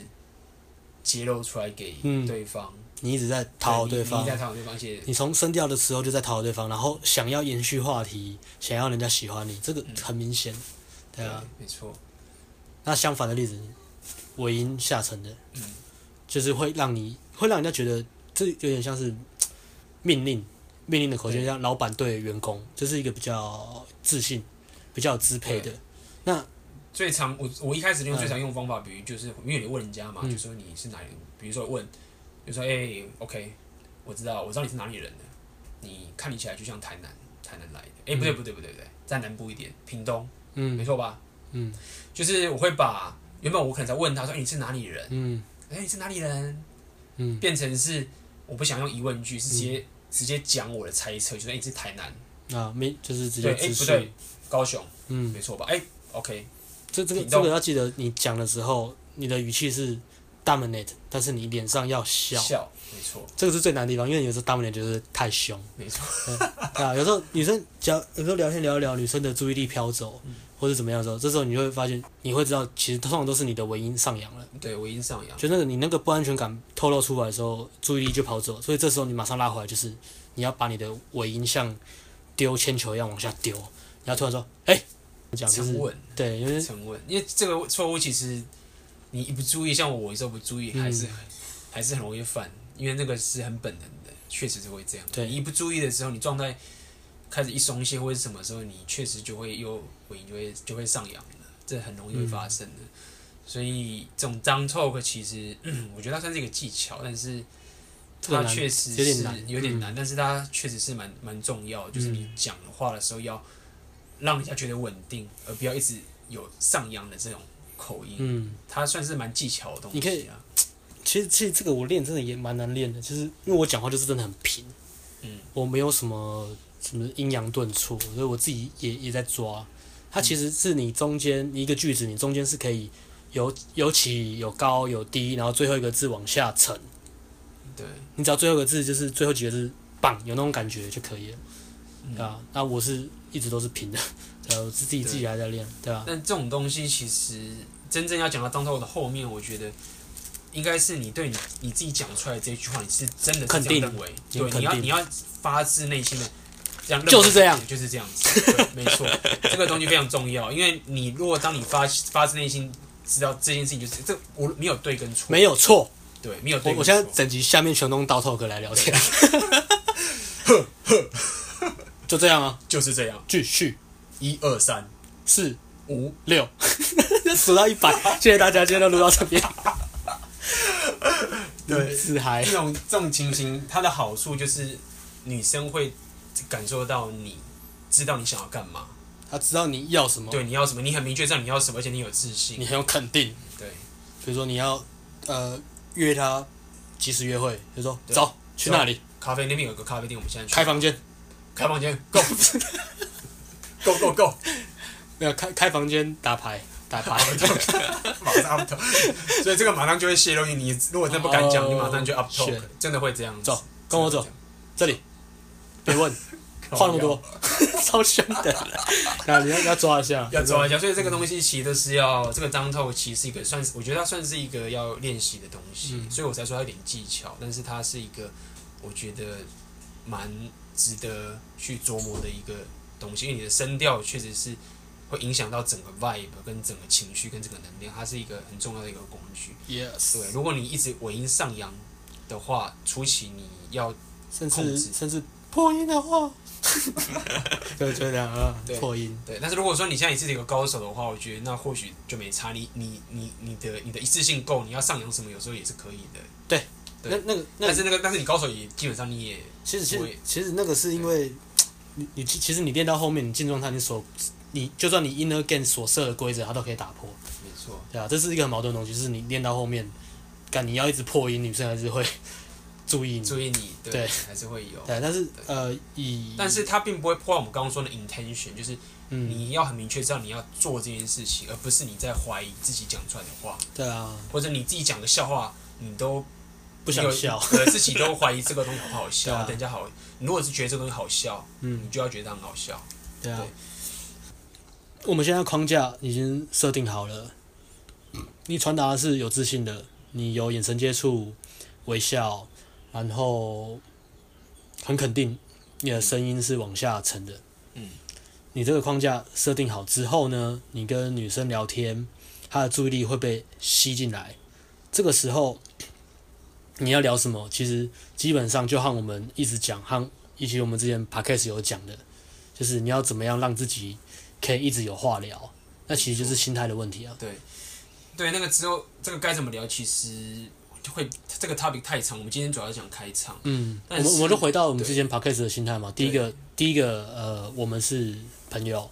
B: 揭露出来给
A: 嗯
B: 对方，
A: 你一直在讨好
B: 对
A: 对
B: 你
A: 方
B: 你，在讨好对方，而且
A: 你从声调的时候就在讨好对方，然后想要延续话题，想要人家喜欢你，这个很明显，对啊。，
B: 没错，
A: 那相反的例子，尾音下沉的，
B: 嗯
A: 就是会让你会让人家觉得这有点像是嘖命令命令的口
B: 对
A: 诀，像老板对员工，这是一个比较自信、比较有支配的。那
B: 最常我我一开始用
A: 嗯
B: 最常用的方法，比如就是因为你问人家嘛，
A: 嗯
B: 就说你是哪里，比如说问，就说哎、o k 我知道，我知道你是哪里人的，你看你起来就像台南台南来的，哎、不对
A: 嗯
B: 不对不对不对，在南部一点，屏东，没
A: 嗯
B: 错吧？
A: 嗯
B: 就是我会把原本我可能在问他说、哎你是哪里人，
A: 嗯
B: 哎、你是哪里人，
A: 嗯
B: 变成是我不想用疑问句，是直接、直接讲我的猜测，就说哎、你是台南、
A: 啊，没就是直接
B: 对
A: 直
B: 哎不
A: 述，
B: 对高雄，
A: 嗯
B: 没，错吧？哎、o k
A: 这这个
B: 你
A: 这
B: 懂
A: 个要记得，你讲的时候，你的语气是 dominate，但是你脸上要笑，
B: 笑，没错
A: 这个是最难的地方，因为有时候 dominate 就是太凶，
B: 没错，
A: 对啊，有时候女生聊，有时候聊天聊一聊，女生的注意力飘走，
B: 嗯
A: 或者怎么样的时候，这时候你就会发现，你会知道，其实通常都是你的尾音上扬了，
B: 对我已经上扬。
A: 就那个你那个不安全感透露出来的时候，注意力就跑走，所以这时候你马上拉回来，就是你要把你的尾音像丢铅球一样往下丢，你要突然说，哎、讲就
B: 沉
A: 是
B: 稳，
A: 对，因为
B: 沉稳，因为这个错误其实你一不注意，像我有时候不注意，
A: 嗯
B: 还是、还是很容易犯，因为那个是很本能的，确实是会这样。
A: 对
B: 你一不注意的时候，你状态开始一松懈或者什么时候，你确实就会又尾音就会就会上扬了，这很容易会
A: 嗯
B: 发生的。所以这种脏 talk 其实、 嗯我觉得它算是一个技巧，但是
A: 这个
B: 它
A: 难
B: 确实是
A: 有点难，嗯
B: 有点难，但是它确实是蛮蛮重要的，就是你讲话的时候要让人家觉得稳定，而不要一直有上扬的这种口音。
A: 嗯。
B: 它算是蛮技巧的东西、
A: 你
B: 啊。
A: 可以其实其实这个我练真的也蛮难练的，就是因为我讲话就是真的很平，
B: 嗯，
A: 我没有什么什么阴阳顿挫，所以我自己也也在抓。它其实是你中间你一个句子，你中间是可以有有起有高有低，然后最后一个字往下沉，
B: 对，
A: 你只要最后一个字就是最后几个字棒，有那种感觉就可以了，
B: 嗯
A: 对啊。那我是一直都是平的，对啊，我是自己
B: 对
A: 自己还在练，对啊，
B: 但这种东西其实真正要讲到当头的后面，我觉得应该是你对你你自己讲出来这句话，你是真的是
A: 肯
B: 这
A: 定
B: 样认为，
A: 你
B: 对，
A: 肯
B: 你要
A: 定
B: 你要发自内心的这样认为，
A: 就是这样
B: 就是这样子，对没错，这个东西非常重要，因为你如果当你发发自内心知道这件事情，就是这我没有对跟错，
A: 没有错。
B: 对，没有
A: 我
B: 对跟
A: 我现在
B: 错
A: 整集下面全都用倒 talk 来聊 天，就这样啊，
B: 就是这样，
A: 继续
B: 一二三
A: 四
B: 五，
A: 六， 数到一百，谢谢大家，今天就录到这边，
B: 对
A: 自嗨
B: 哎这，种这种情形，它的好处就是女生会感受到你知道你想要干嘛。
A: 他知道你要什么，
B: 对，你要什么？你很明确知道你要什么，而且你有自
A: 哦你
B: 信。
A: 很有肯定，
B: 对，
A: 比如说你要呃约他及时约会，就说
B: 对
A: 走去
B: 走
A: 那里
B: 咖啡那边有个咖啡店，我们现在 去
A: 开房间，
B: 开房间，Go，Go Go Go，
A: 没有开开房间打牌打牌，
B: 哦马上 up talk，所以这个马上就会泄露你。你如果真的不敢讲，
A: 哦
B: 你马上就 up talk，
A: 是
B: 真的会这样子。
A: 走跟我走
B: 真的会
A: 这里别 问，
B: 这样，
A: 话那么多， 超凶的。 那你要你要抓一下，
B: 要抓一下。所以这个东西其实都是要这个张透，其实是一个算是，我觉得它算是一个要练习的东西，
A: 嗯
B: 所以我才说它有点技巧，但是它是一个我觉得蛮值得去琢磨的一个东西，因为你的声调确实是会影响到整个 vibe 跟整个情绪跟整个能量，它是一个很重要的一个工具。
A: ，yes，
B: 对，如果你一直尾音上扬的话，初期你要
A: 甚
B: 控
A: 至
B: 制
A: 甚至破音的 话，就就这样啊
B: 对，
A: 破音。
B: 对，但是如果说你现在也是一个高手的话，我觉得那或许就没差。你你你你的你的一次性够，你要上扬什么，有时候也是可以的。对
A: 那那个那
B: 但
A: 个
B: 是那个，但是你高手也基本上你也
A: 其实其
B: 我
A: 实
B: 也
A: 其实那个是因为你你其其实你练到后面，你进状态，你所你就算你 inner game 所设的规则，它都可以打破，
B: 没错，
A: 对啊，这是一个很矛盾的东西，就是你练到后面，干你要一直破音，女生还是会注意你，
B: 注意你对
A: 对
B: 还是会有。
A: 对，但是呃以
B: 但是它并不会破坏我们刚刚说的 intention，就是
A: 嗯
B: 你要很明确知道你要做这件事情，而不是你在怀疑自己讲出来的话，
A: 对啊
B: 或者你自己讲个笑话，你都
A: 不想笑，
B: 你有对自己都怀疑这个东西好不好
A: 对
B: 笑，
A: 啊
B: 人家好。你如果是觉得这个东西好笑，你
A: 嗯
B: 就要觉得它很好笑。
A: 对啊
B: 对，
A: 我们现在框架已经设定好了，你传达的是有自信的，你有眼神接触、微笑，然后很肯定，你的声音是往下沉的。
B: 嗯，
A: 你这个框架设定好之后呢，你跟女生聊天，她的注意力会被吸进来。这个时候，你要聊什么，其实基本上就和我们一直讲，和以及我们之前 podcast 有讲的，就是你要怎么样让自己可以一直有话聊。那其实就是心态的问题啊。
B: 对，那个之后这个该怎么聊，其实就会这个 topic 太长，我们今天主要是讲开场。
A: 嗯，我
B: 但
A: 们
B: 是
A: 我们就回到我们
B: 对
A: 之前 podcast 的心态嘛。第一个，第一个，呃，我们是朋友，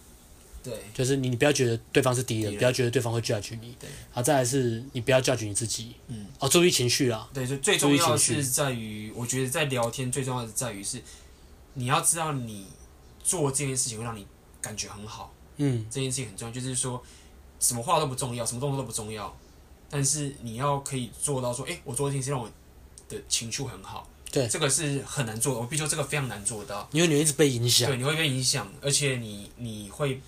B: 对，
A: 就是你你不要觉得对方是敌
B: 敌
A: 人，
B: 人
A: 不要觉得对方会 judge 你。
B: 对。
A: 啊，再来是你不要 judge 你自己。
B: 嗯。
A: 哦，注意情绪啊。
B: 对，就最重要的是在于，我觉得在聊天最重要的在于是，你要知道你做这件事情会让你感觉很好，
A: 嗯
B: 这件事情很重要，就是说什么话都不重要，什么动作都不重要，但是你要可以做到说，哎、我做这件事让我的情绪很好，
A: 对
B: 这个是很难做的，我必须说这个非常难做到。
A: 因为你会一直被影响
B: 对，。你会被影响，而且你你会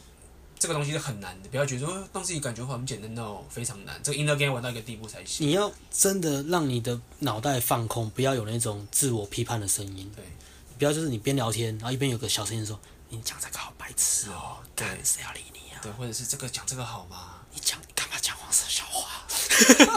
B: 这个东西是很难的，不要觉得说呃让自己感觉很简单，no，非常难。这个 inner game 玩到一个地步才行。
A: 你要真的让你的脑袋放空，不要有那种自我批判的声音。
B: 对，
A: 不要就是你边聊天，然后一边有个小声音说：“你讲这个好白痴哦，
B: 哦，对
A: 干谁要理你啊？
B: 对，或者是这个讲这个好吗？
A: 你讲你干嘛讲黄色笑话？啊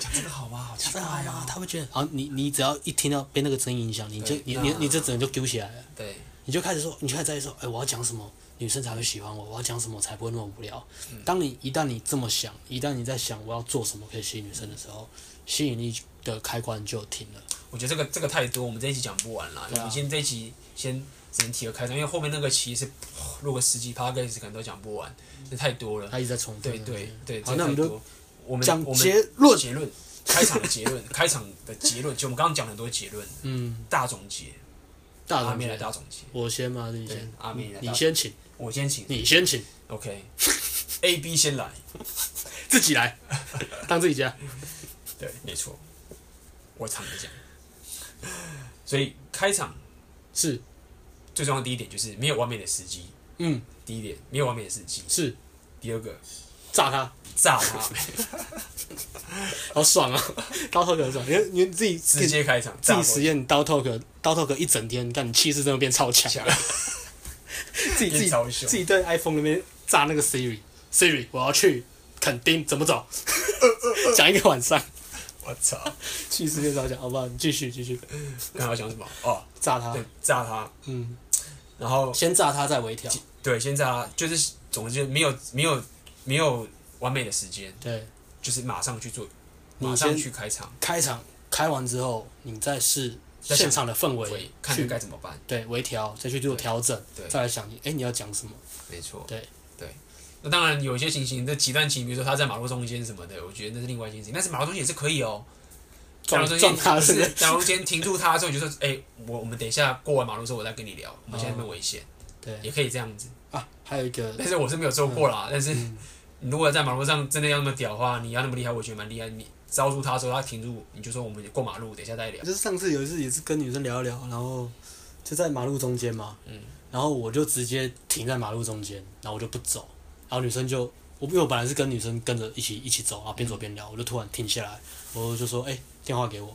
B: 讲这个好吗？好
A: 讲
B: 奇
A: 这
B: 怪
A: 个好吗？”
B: 哦。
A: 他会觉得，好，你你只要一听到被那个声音影响，你就
B: 对
A: 你
B: 那
A: 你你这整个就揪起来了，
B: 对，
A: 你就开始说，你就开始在意说，哎、我要讲什么女生才会喜欢我，我要讲什么才不会那么无聊。
B: 嗯
A: 当你一旦你这么想，一旦你在想我要做什么可以吸引女生的时候，吸引力的开关就停了。
B: 我觉得这个这个太多，我们这一期讲不完啦。我
A: 对啊
B: 们今天这一期先只能提个开场，因为后面那个其 实哇录个十几 p a r t 可能都讲不完，
A: 嗯
B: 这太多了。
A: 他一直在重复。
B: 对对对，
A: 好，
B: 这
A: 那我
B: 太
A: 们就
B: 多。我们
A: 讲
B: 我们
A: 结论。
B: 结论，开场的结论，开场的结论，就我们刚刚讲了很多结论，
A: 嗯，
B: 大总结。
A: 大
B: 阿
A: 总
B: 妹
A: 结
B: 来大总结，
A: 我先吗？你
B: 对
A: 先，，
B: 阿妹来大
A: 你
B: 总结。
A: 先请，
B: 我先请
A: 你先请，
B: ，OK，A B 先来，
A: 自己 来，当自己家。
B: 对，没错，我躺着讲。 所以开场
A: 是，
B: 最重要的第一点就是没有完美的时机，
A: 嗯，
B: 第一点没有完美的时机，
A: 是，
B: 第二个
A: 炸他，
B: 炸他，
A: 好爽啊！ 刀 talk 很爽，你你自己自
B: 直
A: 己
B: 接开场，
A: 自
B: 炸
A: 己
B: 过
A: 实
B: 去
A: 验刀 talk，刀 talk 一整天，但你气势真的变超强，
B: 强，
A: 自己自
B: 变
A: 己
B: 超
A: 自
B: 凶。
A: 己对 iPhone 那边炸那个 Siri，Siri，我要去垦丁，怎么走？ 讲一个晚 上，
B: 我操，
A: 气势变超强，好不好？你继续继续
B: 刚刚讲什么？哦，
A: 炸他
B: 对，，炸他，
A: 嗯，
B: 然后
A: 先炸他再微调，
B: 对，先炸他，就是总之没有没有没有完美的时间，
A: 对。
B: 就是马上去做，
A: 你
B: 马上
A: 先
B: 去开场，
A: 开场开完之后，你再是
B: 再想
A: 现场的氛
B: 对
A: 围，
B: 看
A: 去
B: 该怎么办。
A: 对微调，再去做
B: 对
A: 调整
B: 对，
A: 再来想你哎、你要讲什么？
B: 没错，
A: 对
B: 对。那当然，有一些情形，这极端情，比如说他在马路中间什么的，我觉得那是另外一件事情。但是马路中间也是可以哦，马
A: 撞
B: 路中间
A: 撞他
B: 不
A: 是不
B: 是
A: 是？
B: 马路中间停住他的时候，你就说：“哎、我我们等一下过完马路之后，我再跟你聊，我们现在没危险。
A: 对
B: 也可以这样子，
A: 啊啊，还有一个
B: 但是我是没有做过啦。但是
A: 嗯
B: 你如果在马路上真的要那么屌的话，你要那么厉害，我觉得蛮厉害。你招住他的时候，他停住，你就说我们过马路，等一下 再聊。
A: 就是上次有一次也是跟女生聊一聊，然后就在马路中间嘛，
B: 嗯
A: 然后我就直接停在马路中间，然后我就不走，然后女生就我因为我本来是跟女生跟着一起一起走啊，然后边走边聊，我就突然停下来，我就说哎、电话给我，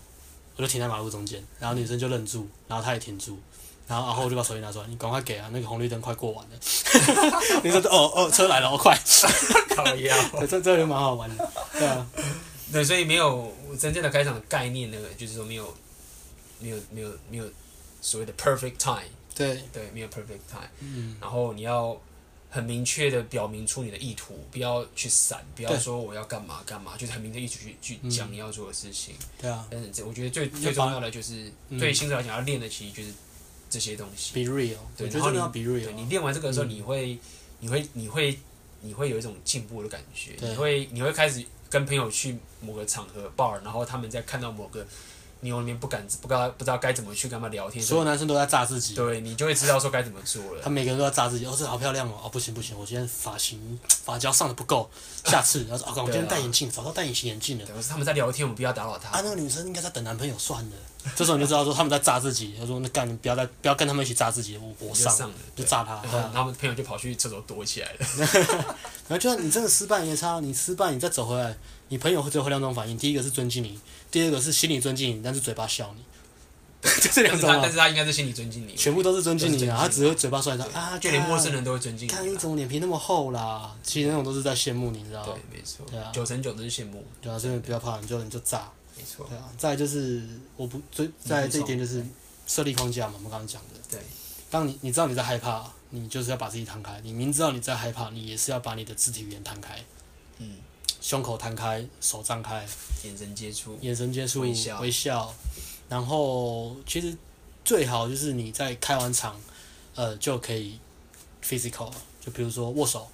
A: 我就停在马路中间，然后女生就愣住，然后她也停住。然后，然后我就把手机拿出来，你赶快给啊！那个红绿灯快过 完了。你说哦哦，车来了，哦快！
B: 靠腰。
A: 对，这这就蛮好玩的，对啊。
B: 对，所以没有真正的开场的概念，那个就是说没有，没有，没有，没有所谓的 perfect time，
A: 对，
B: 对，没有 perfect time。
A: 嗯，
B: 然后你要很明确的表明出你的意图，不要去闪，不要
A: 对
B: 说我要干嘛干嘛，就是很明确地意图去去讲你要做的事情。
A: 对啊
B: 但是这我觉得最
A: 把
B: 最重要的就是、
A: 嗯
B: 对新手来讲要练的，其实就是这些东西。
A: ，be real，我
B: 对
A: 觉得
B: 然后
A: 真的
B: 你
A: 要 be real
B: 对
A: 啊。
B: 你练完这个的时候，
A: 嗯
B: 你会，你会，你会，你会有一种进步的感觉。
A: 对
B: 你会，你会开始跟朋友去某个场合 bar，然后他们在看到某个你有里面不敢、不知道、不知道该怎么去跟他们聊天的时
A: 所有
B: 候，
A: 男生都在炸自己，
B: 对你就会知道说该怎么做
A: 他
B: 了。
A: 每个人都在炸自己。哦，这好漂亮哦！哦，不行不行，我今天发型发胶上的不够，下次然后说哦，干我今天戴眼镜，早知道戴隐形眼镜了。
B: 啊对，我说啊他们在聊天，我们不要打扰
A: 啊，
B: 他
A: 那。个女生应该在等男朋友算了。这时候你就知道说他们在炸自己。他说：“那干，你不要再不要跟他们一起炸自己，我我
B: 你就
A: 上
B: 上了
A: 就
B: 对
A: 炸他。”
B: 然
A: 对
B: 后
A: 啊
B: 他们朋友就跑去厕所躲起 来了。
A: 然后就算你真的失败也差，你失败你再走回来，你朋友会只有会两种反应：第一个是尊敬你，第二个是心里尊敬你，但是嘴巴笑你。 就这
B: 但
A: 两
B: 是
A: 种
B: 他，
A: 啊
B: 但，是他应该是心里尊敬你。
A: 全部都是尊敬你
B: 都是尊敬
A: 啊，
B: 你
A: 他只会嘴巴算一下
B: 对
A: 啊，
B: 就连陌生
A: 干
B: 人都会尊敬
A: 看你
B: 你啊。
A: 怎么脸皮那么厚啦？其实那种都是在羡慕你，你知道
B: 对
A: 吗？，
B: 没错
A: 对啊，
B: 九成九都是羡慕，
A: 对啊，所以不要怕，你就你就炸。
B: 没错。
A: 对啊，再来就是我不最在这一点就是设立框架嘛，我们刚刚讲的。
B: 对，嗯
A: 当你你知道你在害怕，你就是要把自己摊开。你明知道你在害怕，你也是要把你的肢体语言摊开，
B: 嗯，
A: 胸口摊开，手张开，
B: 眼神接触，
A: 眼神接触，
B: 微笑
A: 笑然后其实最好就是你在开完场，呃，就可以 physical，了就比如说握手，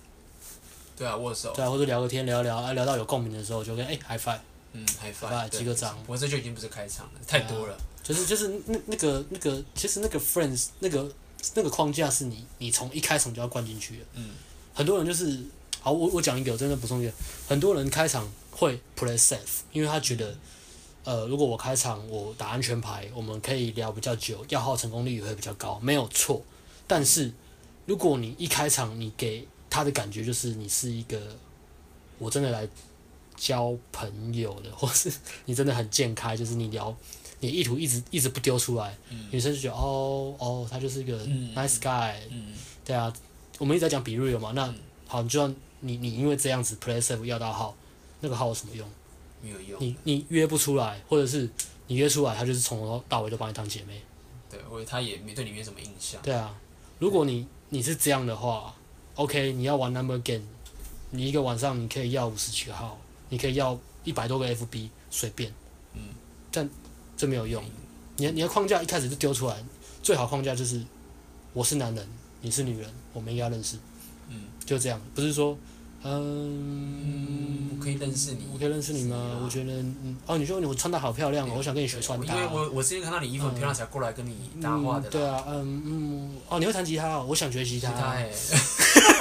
B: 对啊，握手，
A: 对啊，或者聊个天聊一聊，啊，聊到有共鸣的时候就跟哎、high five，
B: 嗯，还
A: high five，
B: 发
A: 击个掌啊
B: 我这就已经不是开场了，太多了。
A: 就是就是那那个那个，其实那个 friends 那个那个框架是你你从一开场就要灌进去的。
B: 嗯，
A: 很多人就是，好，我我讲一个，我真的补充一个，很多人开场会 play safe，因为他觉得，呃，如果我开场我打安全牌，我们可以聊比较久，要号成功率也会比较高，没有错。但是如果你一开场，你给他的感觉就是你是一个，我真的来交朋友的，或是你真的很健开，就是你聊。你意图一直一直不丢出来，女生就觉得哦哦，他就是一个
B: 嗯
A: nice guy，、
B: 嗯，
A: 对啊，我们一直在讲比瑞尔嘛，那、
B: 嗯
A: 好，你就算你你因为这样子 play safe 要到号，那个号有什么用？
B: 没有用。
A: 你你约不出来，或者是你约出来，他就是从头到尾都把你当姐妹，
B: 对，或者他也没对你没什么印象。
A: 对啊。如果你你是这样的话，OK，你要玩 number game，你一个晚上你可以要五十几个号，你可以要一百多个 FB，随便，
B: 嗯，
A: 但这没有用。你的你的框架一开始就丢出来，最好框架就是我是男人，你是女人，我们应该认识。
B: 嗯，
A: 就这样，不是说，嗯，
B: 我可以认识你啊
A: 我可以认识你吗？我觉得，嗯，哦，你说你我穿搭好漂亮哦，我想跟你学穿搭嗯
B: 因。为我我之前看到你衣服很漂亮，才过来跟你搭话
A: 嗯
B: 的。
A: 对，啊，嗯嗯，哦，你会弹吉他哦，我想学吉
B: 其
A: 他。
B: 他哎，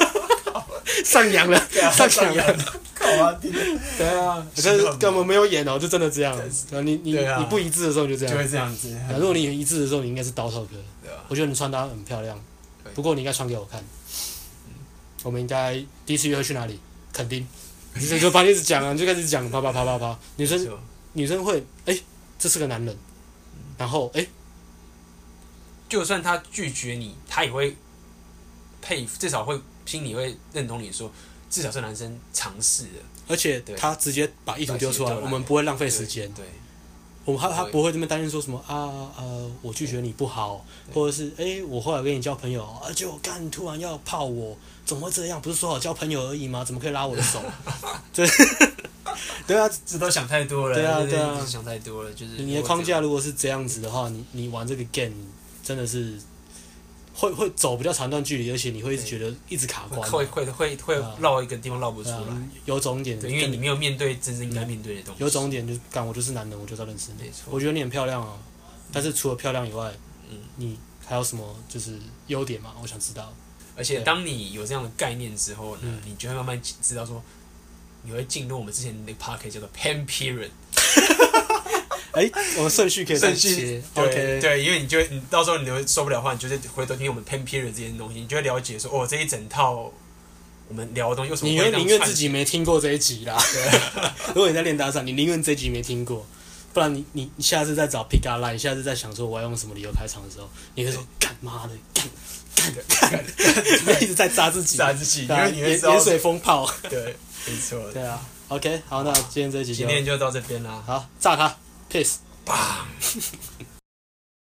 B: 啊
A: 上扬了，上
C: 上
A: 扬了，
C: 靠啊，弟弟
A: 对啊，
B: 心
A: 这
B: 软
A: 是根本没有演哦，就真的这样。对啊你你
B: 对啊
A: 你不一致的时候就这
B: 就
A: 样。啊
B: 会这样子。
A: 如果你一致的时候，你应该是倒手哥。
B: 对啊，
A: 我觉得你穿搭很漂亮
B: 可以，
A: 不过你应该穿给我看。
B: 嗯
A: 我们应该第一次约会去哪里？肯定。你就就把你一直讲啊，你就开始讲啪啪啪啪啪。女生
B: 就
A: 女生会哎、这是个男人，然后哎、
B: 就算他拒绝你，他也会佩服，至少会心里会认同你说，至少这男生尝试了，
A: 而且
B: 对
A: 他直接把意图丢出
B: 把
A: 来，
B: 意图丢出来
A: 我们不会浪费
B: 对
A: 时间。
B: 对，
A: 我们他他
B: 对
A: 不会这边担心说什么啊呃我拒绝你不好，或者是哎、我后来跟你交朋友，而且我干你突然要泡我，怎么会这样？不是说好交朋友而已吗？怎么可以拉我的 手？这 对啊，
B: 这都想太多了。
A: 对啊
B: 就是
A: 对啊
B: 想太多了，就是
A: 你的框架如果是这样子的话，你你玩这个 game 真的是会会走比较长段距离，而且你会一直觉得一直卡
B: 会
A: 关啊，
B: 会会会会
A: 啊
B: 绕一个地方绕不出
A: 对
B: 来
A: 啊，有种点，
B: 对，因为你没有面对真正应该面对的东西。
A: 有种点就是干我就是男人，我就是要认识你
B: 没，错
A: 我觉得你很漂亮啊，但是除了漂亮以外，
B: 嗯
A: 你还有什么就是优点吗？我想知道。
B: 而且
A: 对
B: 当你有这样的概念之后呢，
A: 嗯
B: 你就会慢慢知道说，你会进入我们之前那个 p a r k 叫做 pen period
A: 哎，我们顺序可以再
B: 顺
A: 切
B: 序。
A: OK，
B: 对对，因为你就会你到时候你会受不了的话，你就是回头听我们 pen period 这些东西，你就会了解说，哦，这一整套我们聊的东西有什么
A: 你
B: 会
A: 会
B: 让
A: 宁愿
B: 串
A: 自己没听过这一集啦。 如果你在练搭讪，你宁愿这一集没听过，不然你你你下次再找 Pick Up Line，你下次再想说我要用什么理由开场的时候，你会说干妈的干干干，一直在扎自己，
B: 杀自己，因
A: 对啊
B: 为你会
A: 盐
B: 知道
A: 盐，水风炮。
B: 对，没错。
A: 对啊，OK，好，那今天这一集
B: 今
A: 就
B: 天就到这边啦。
A: 好，炸他，peace。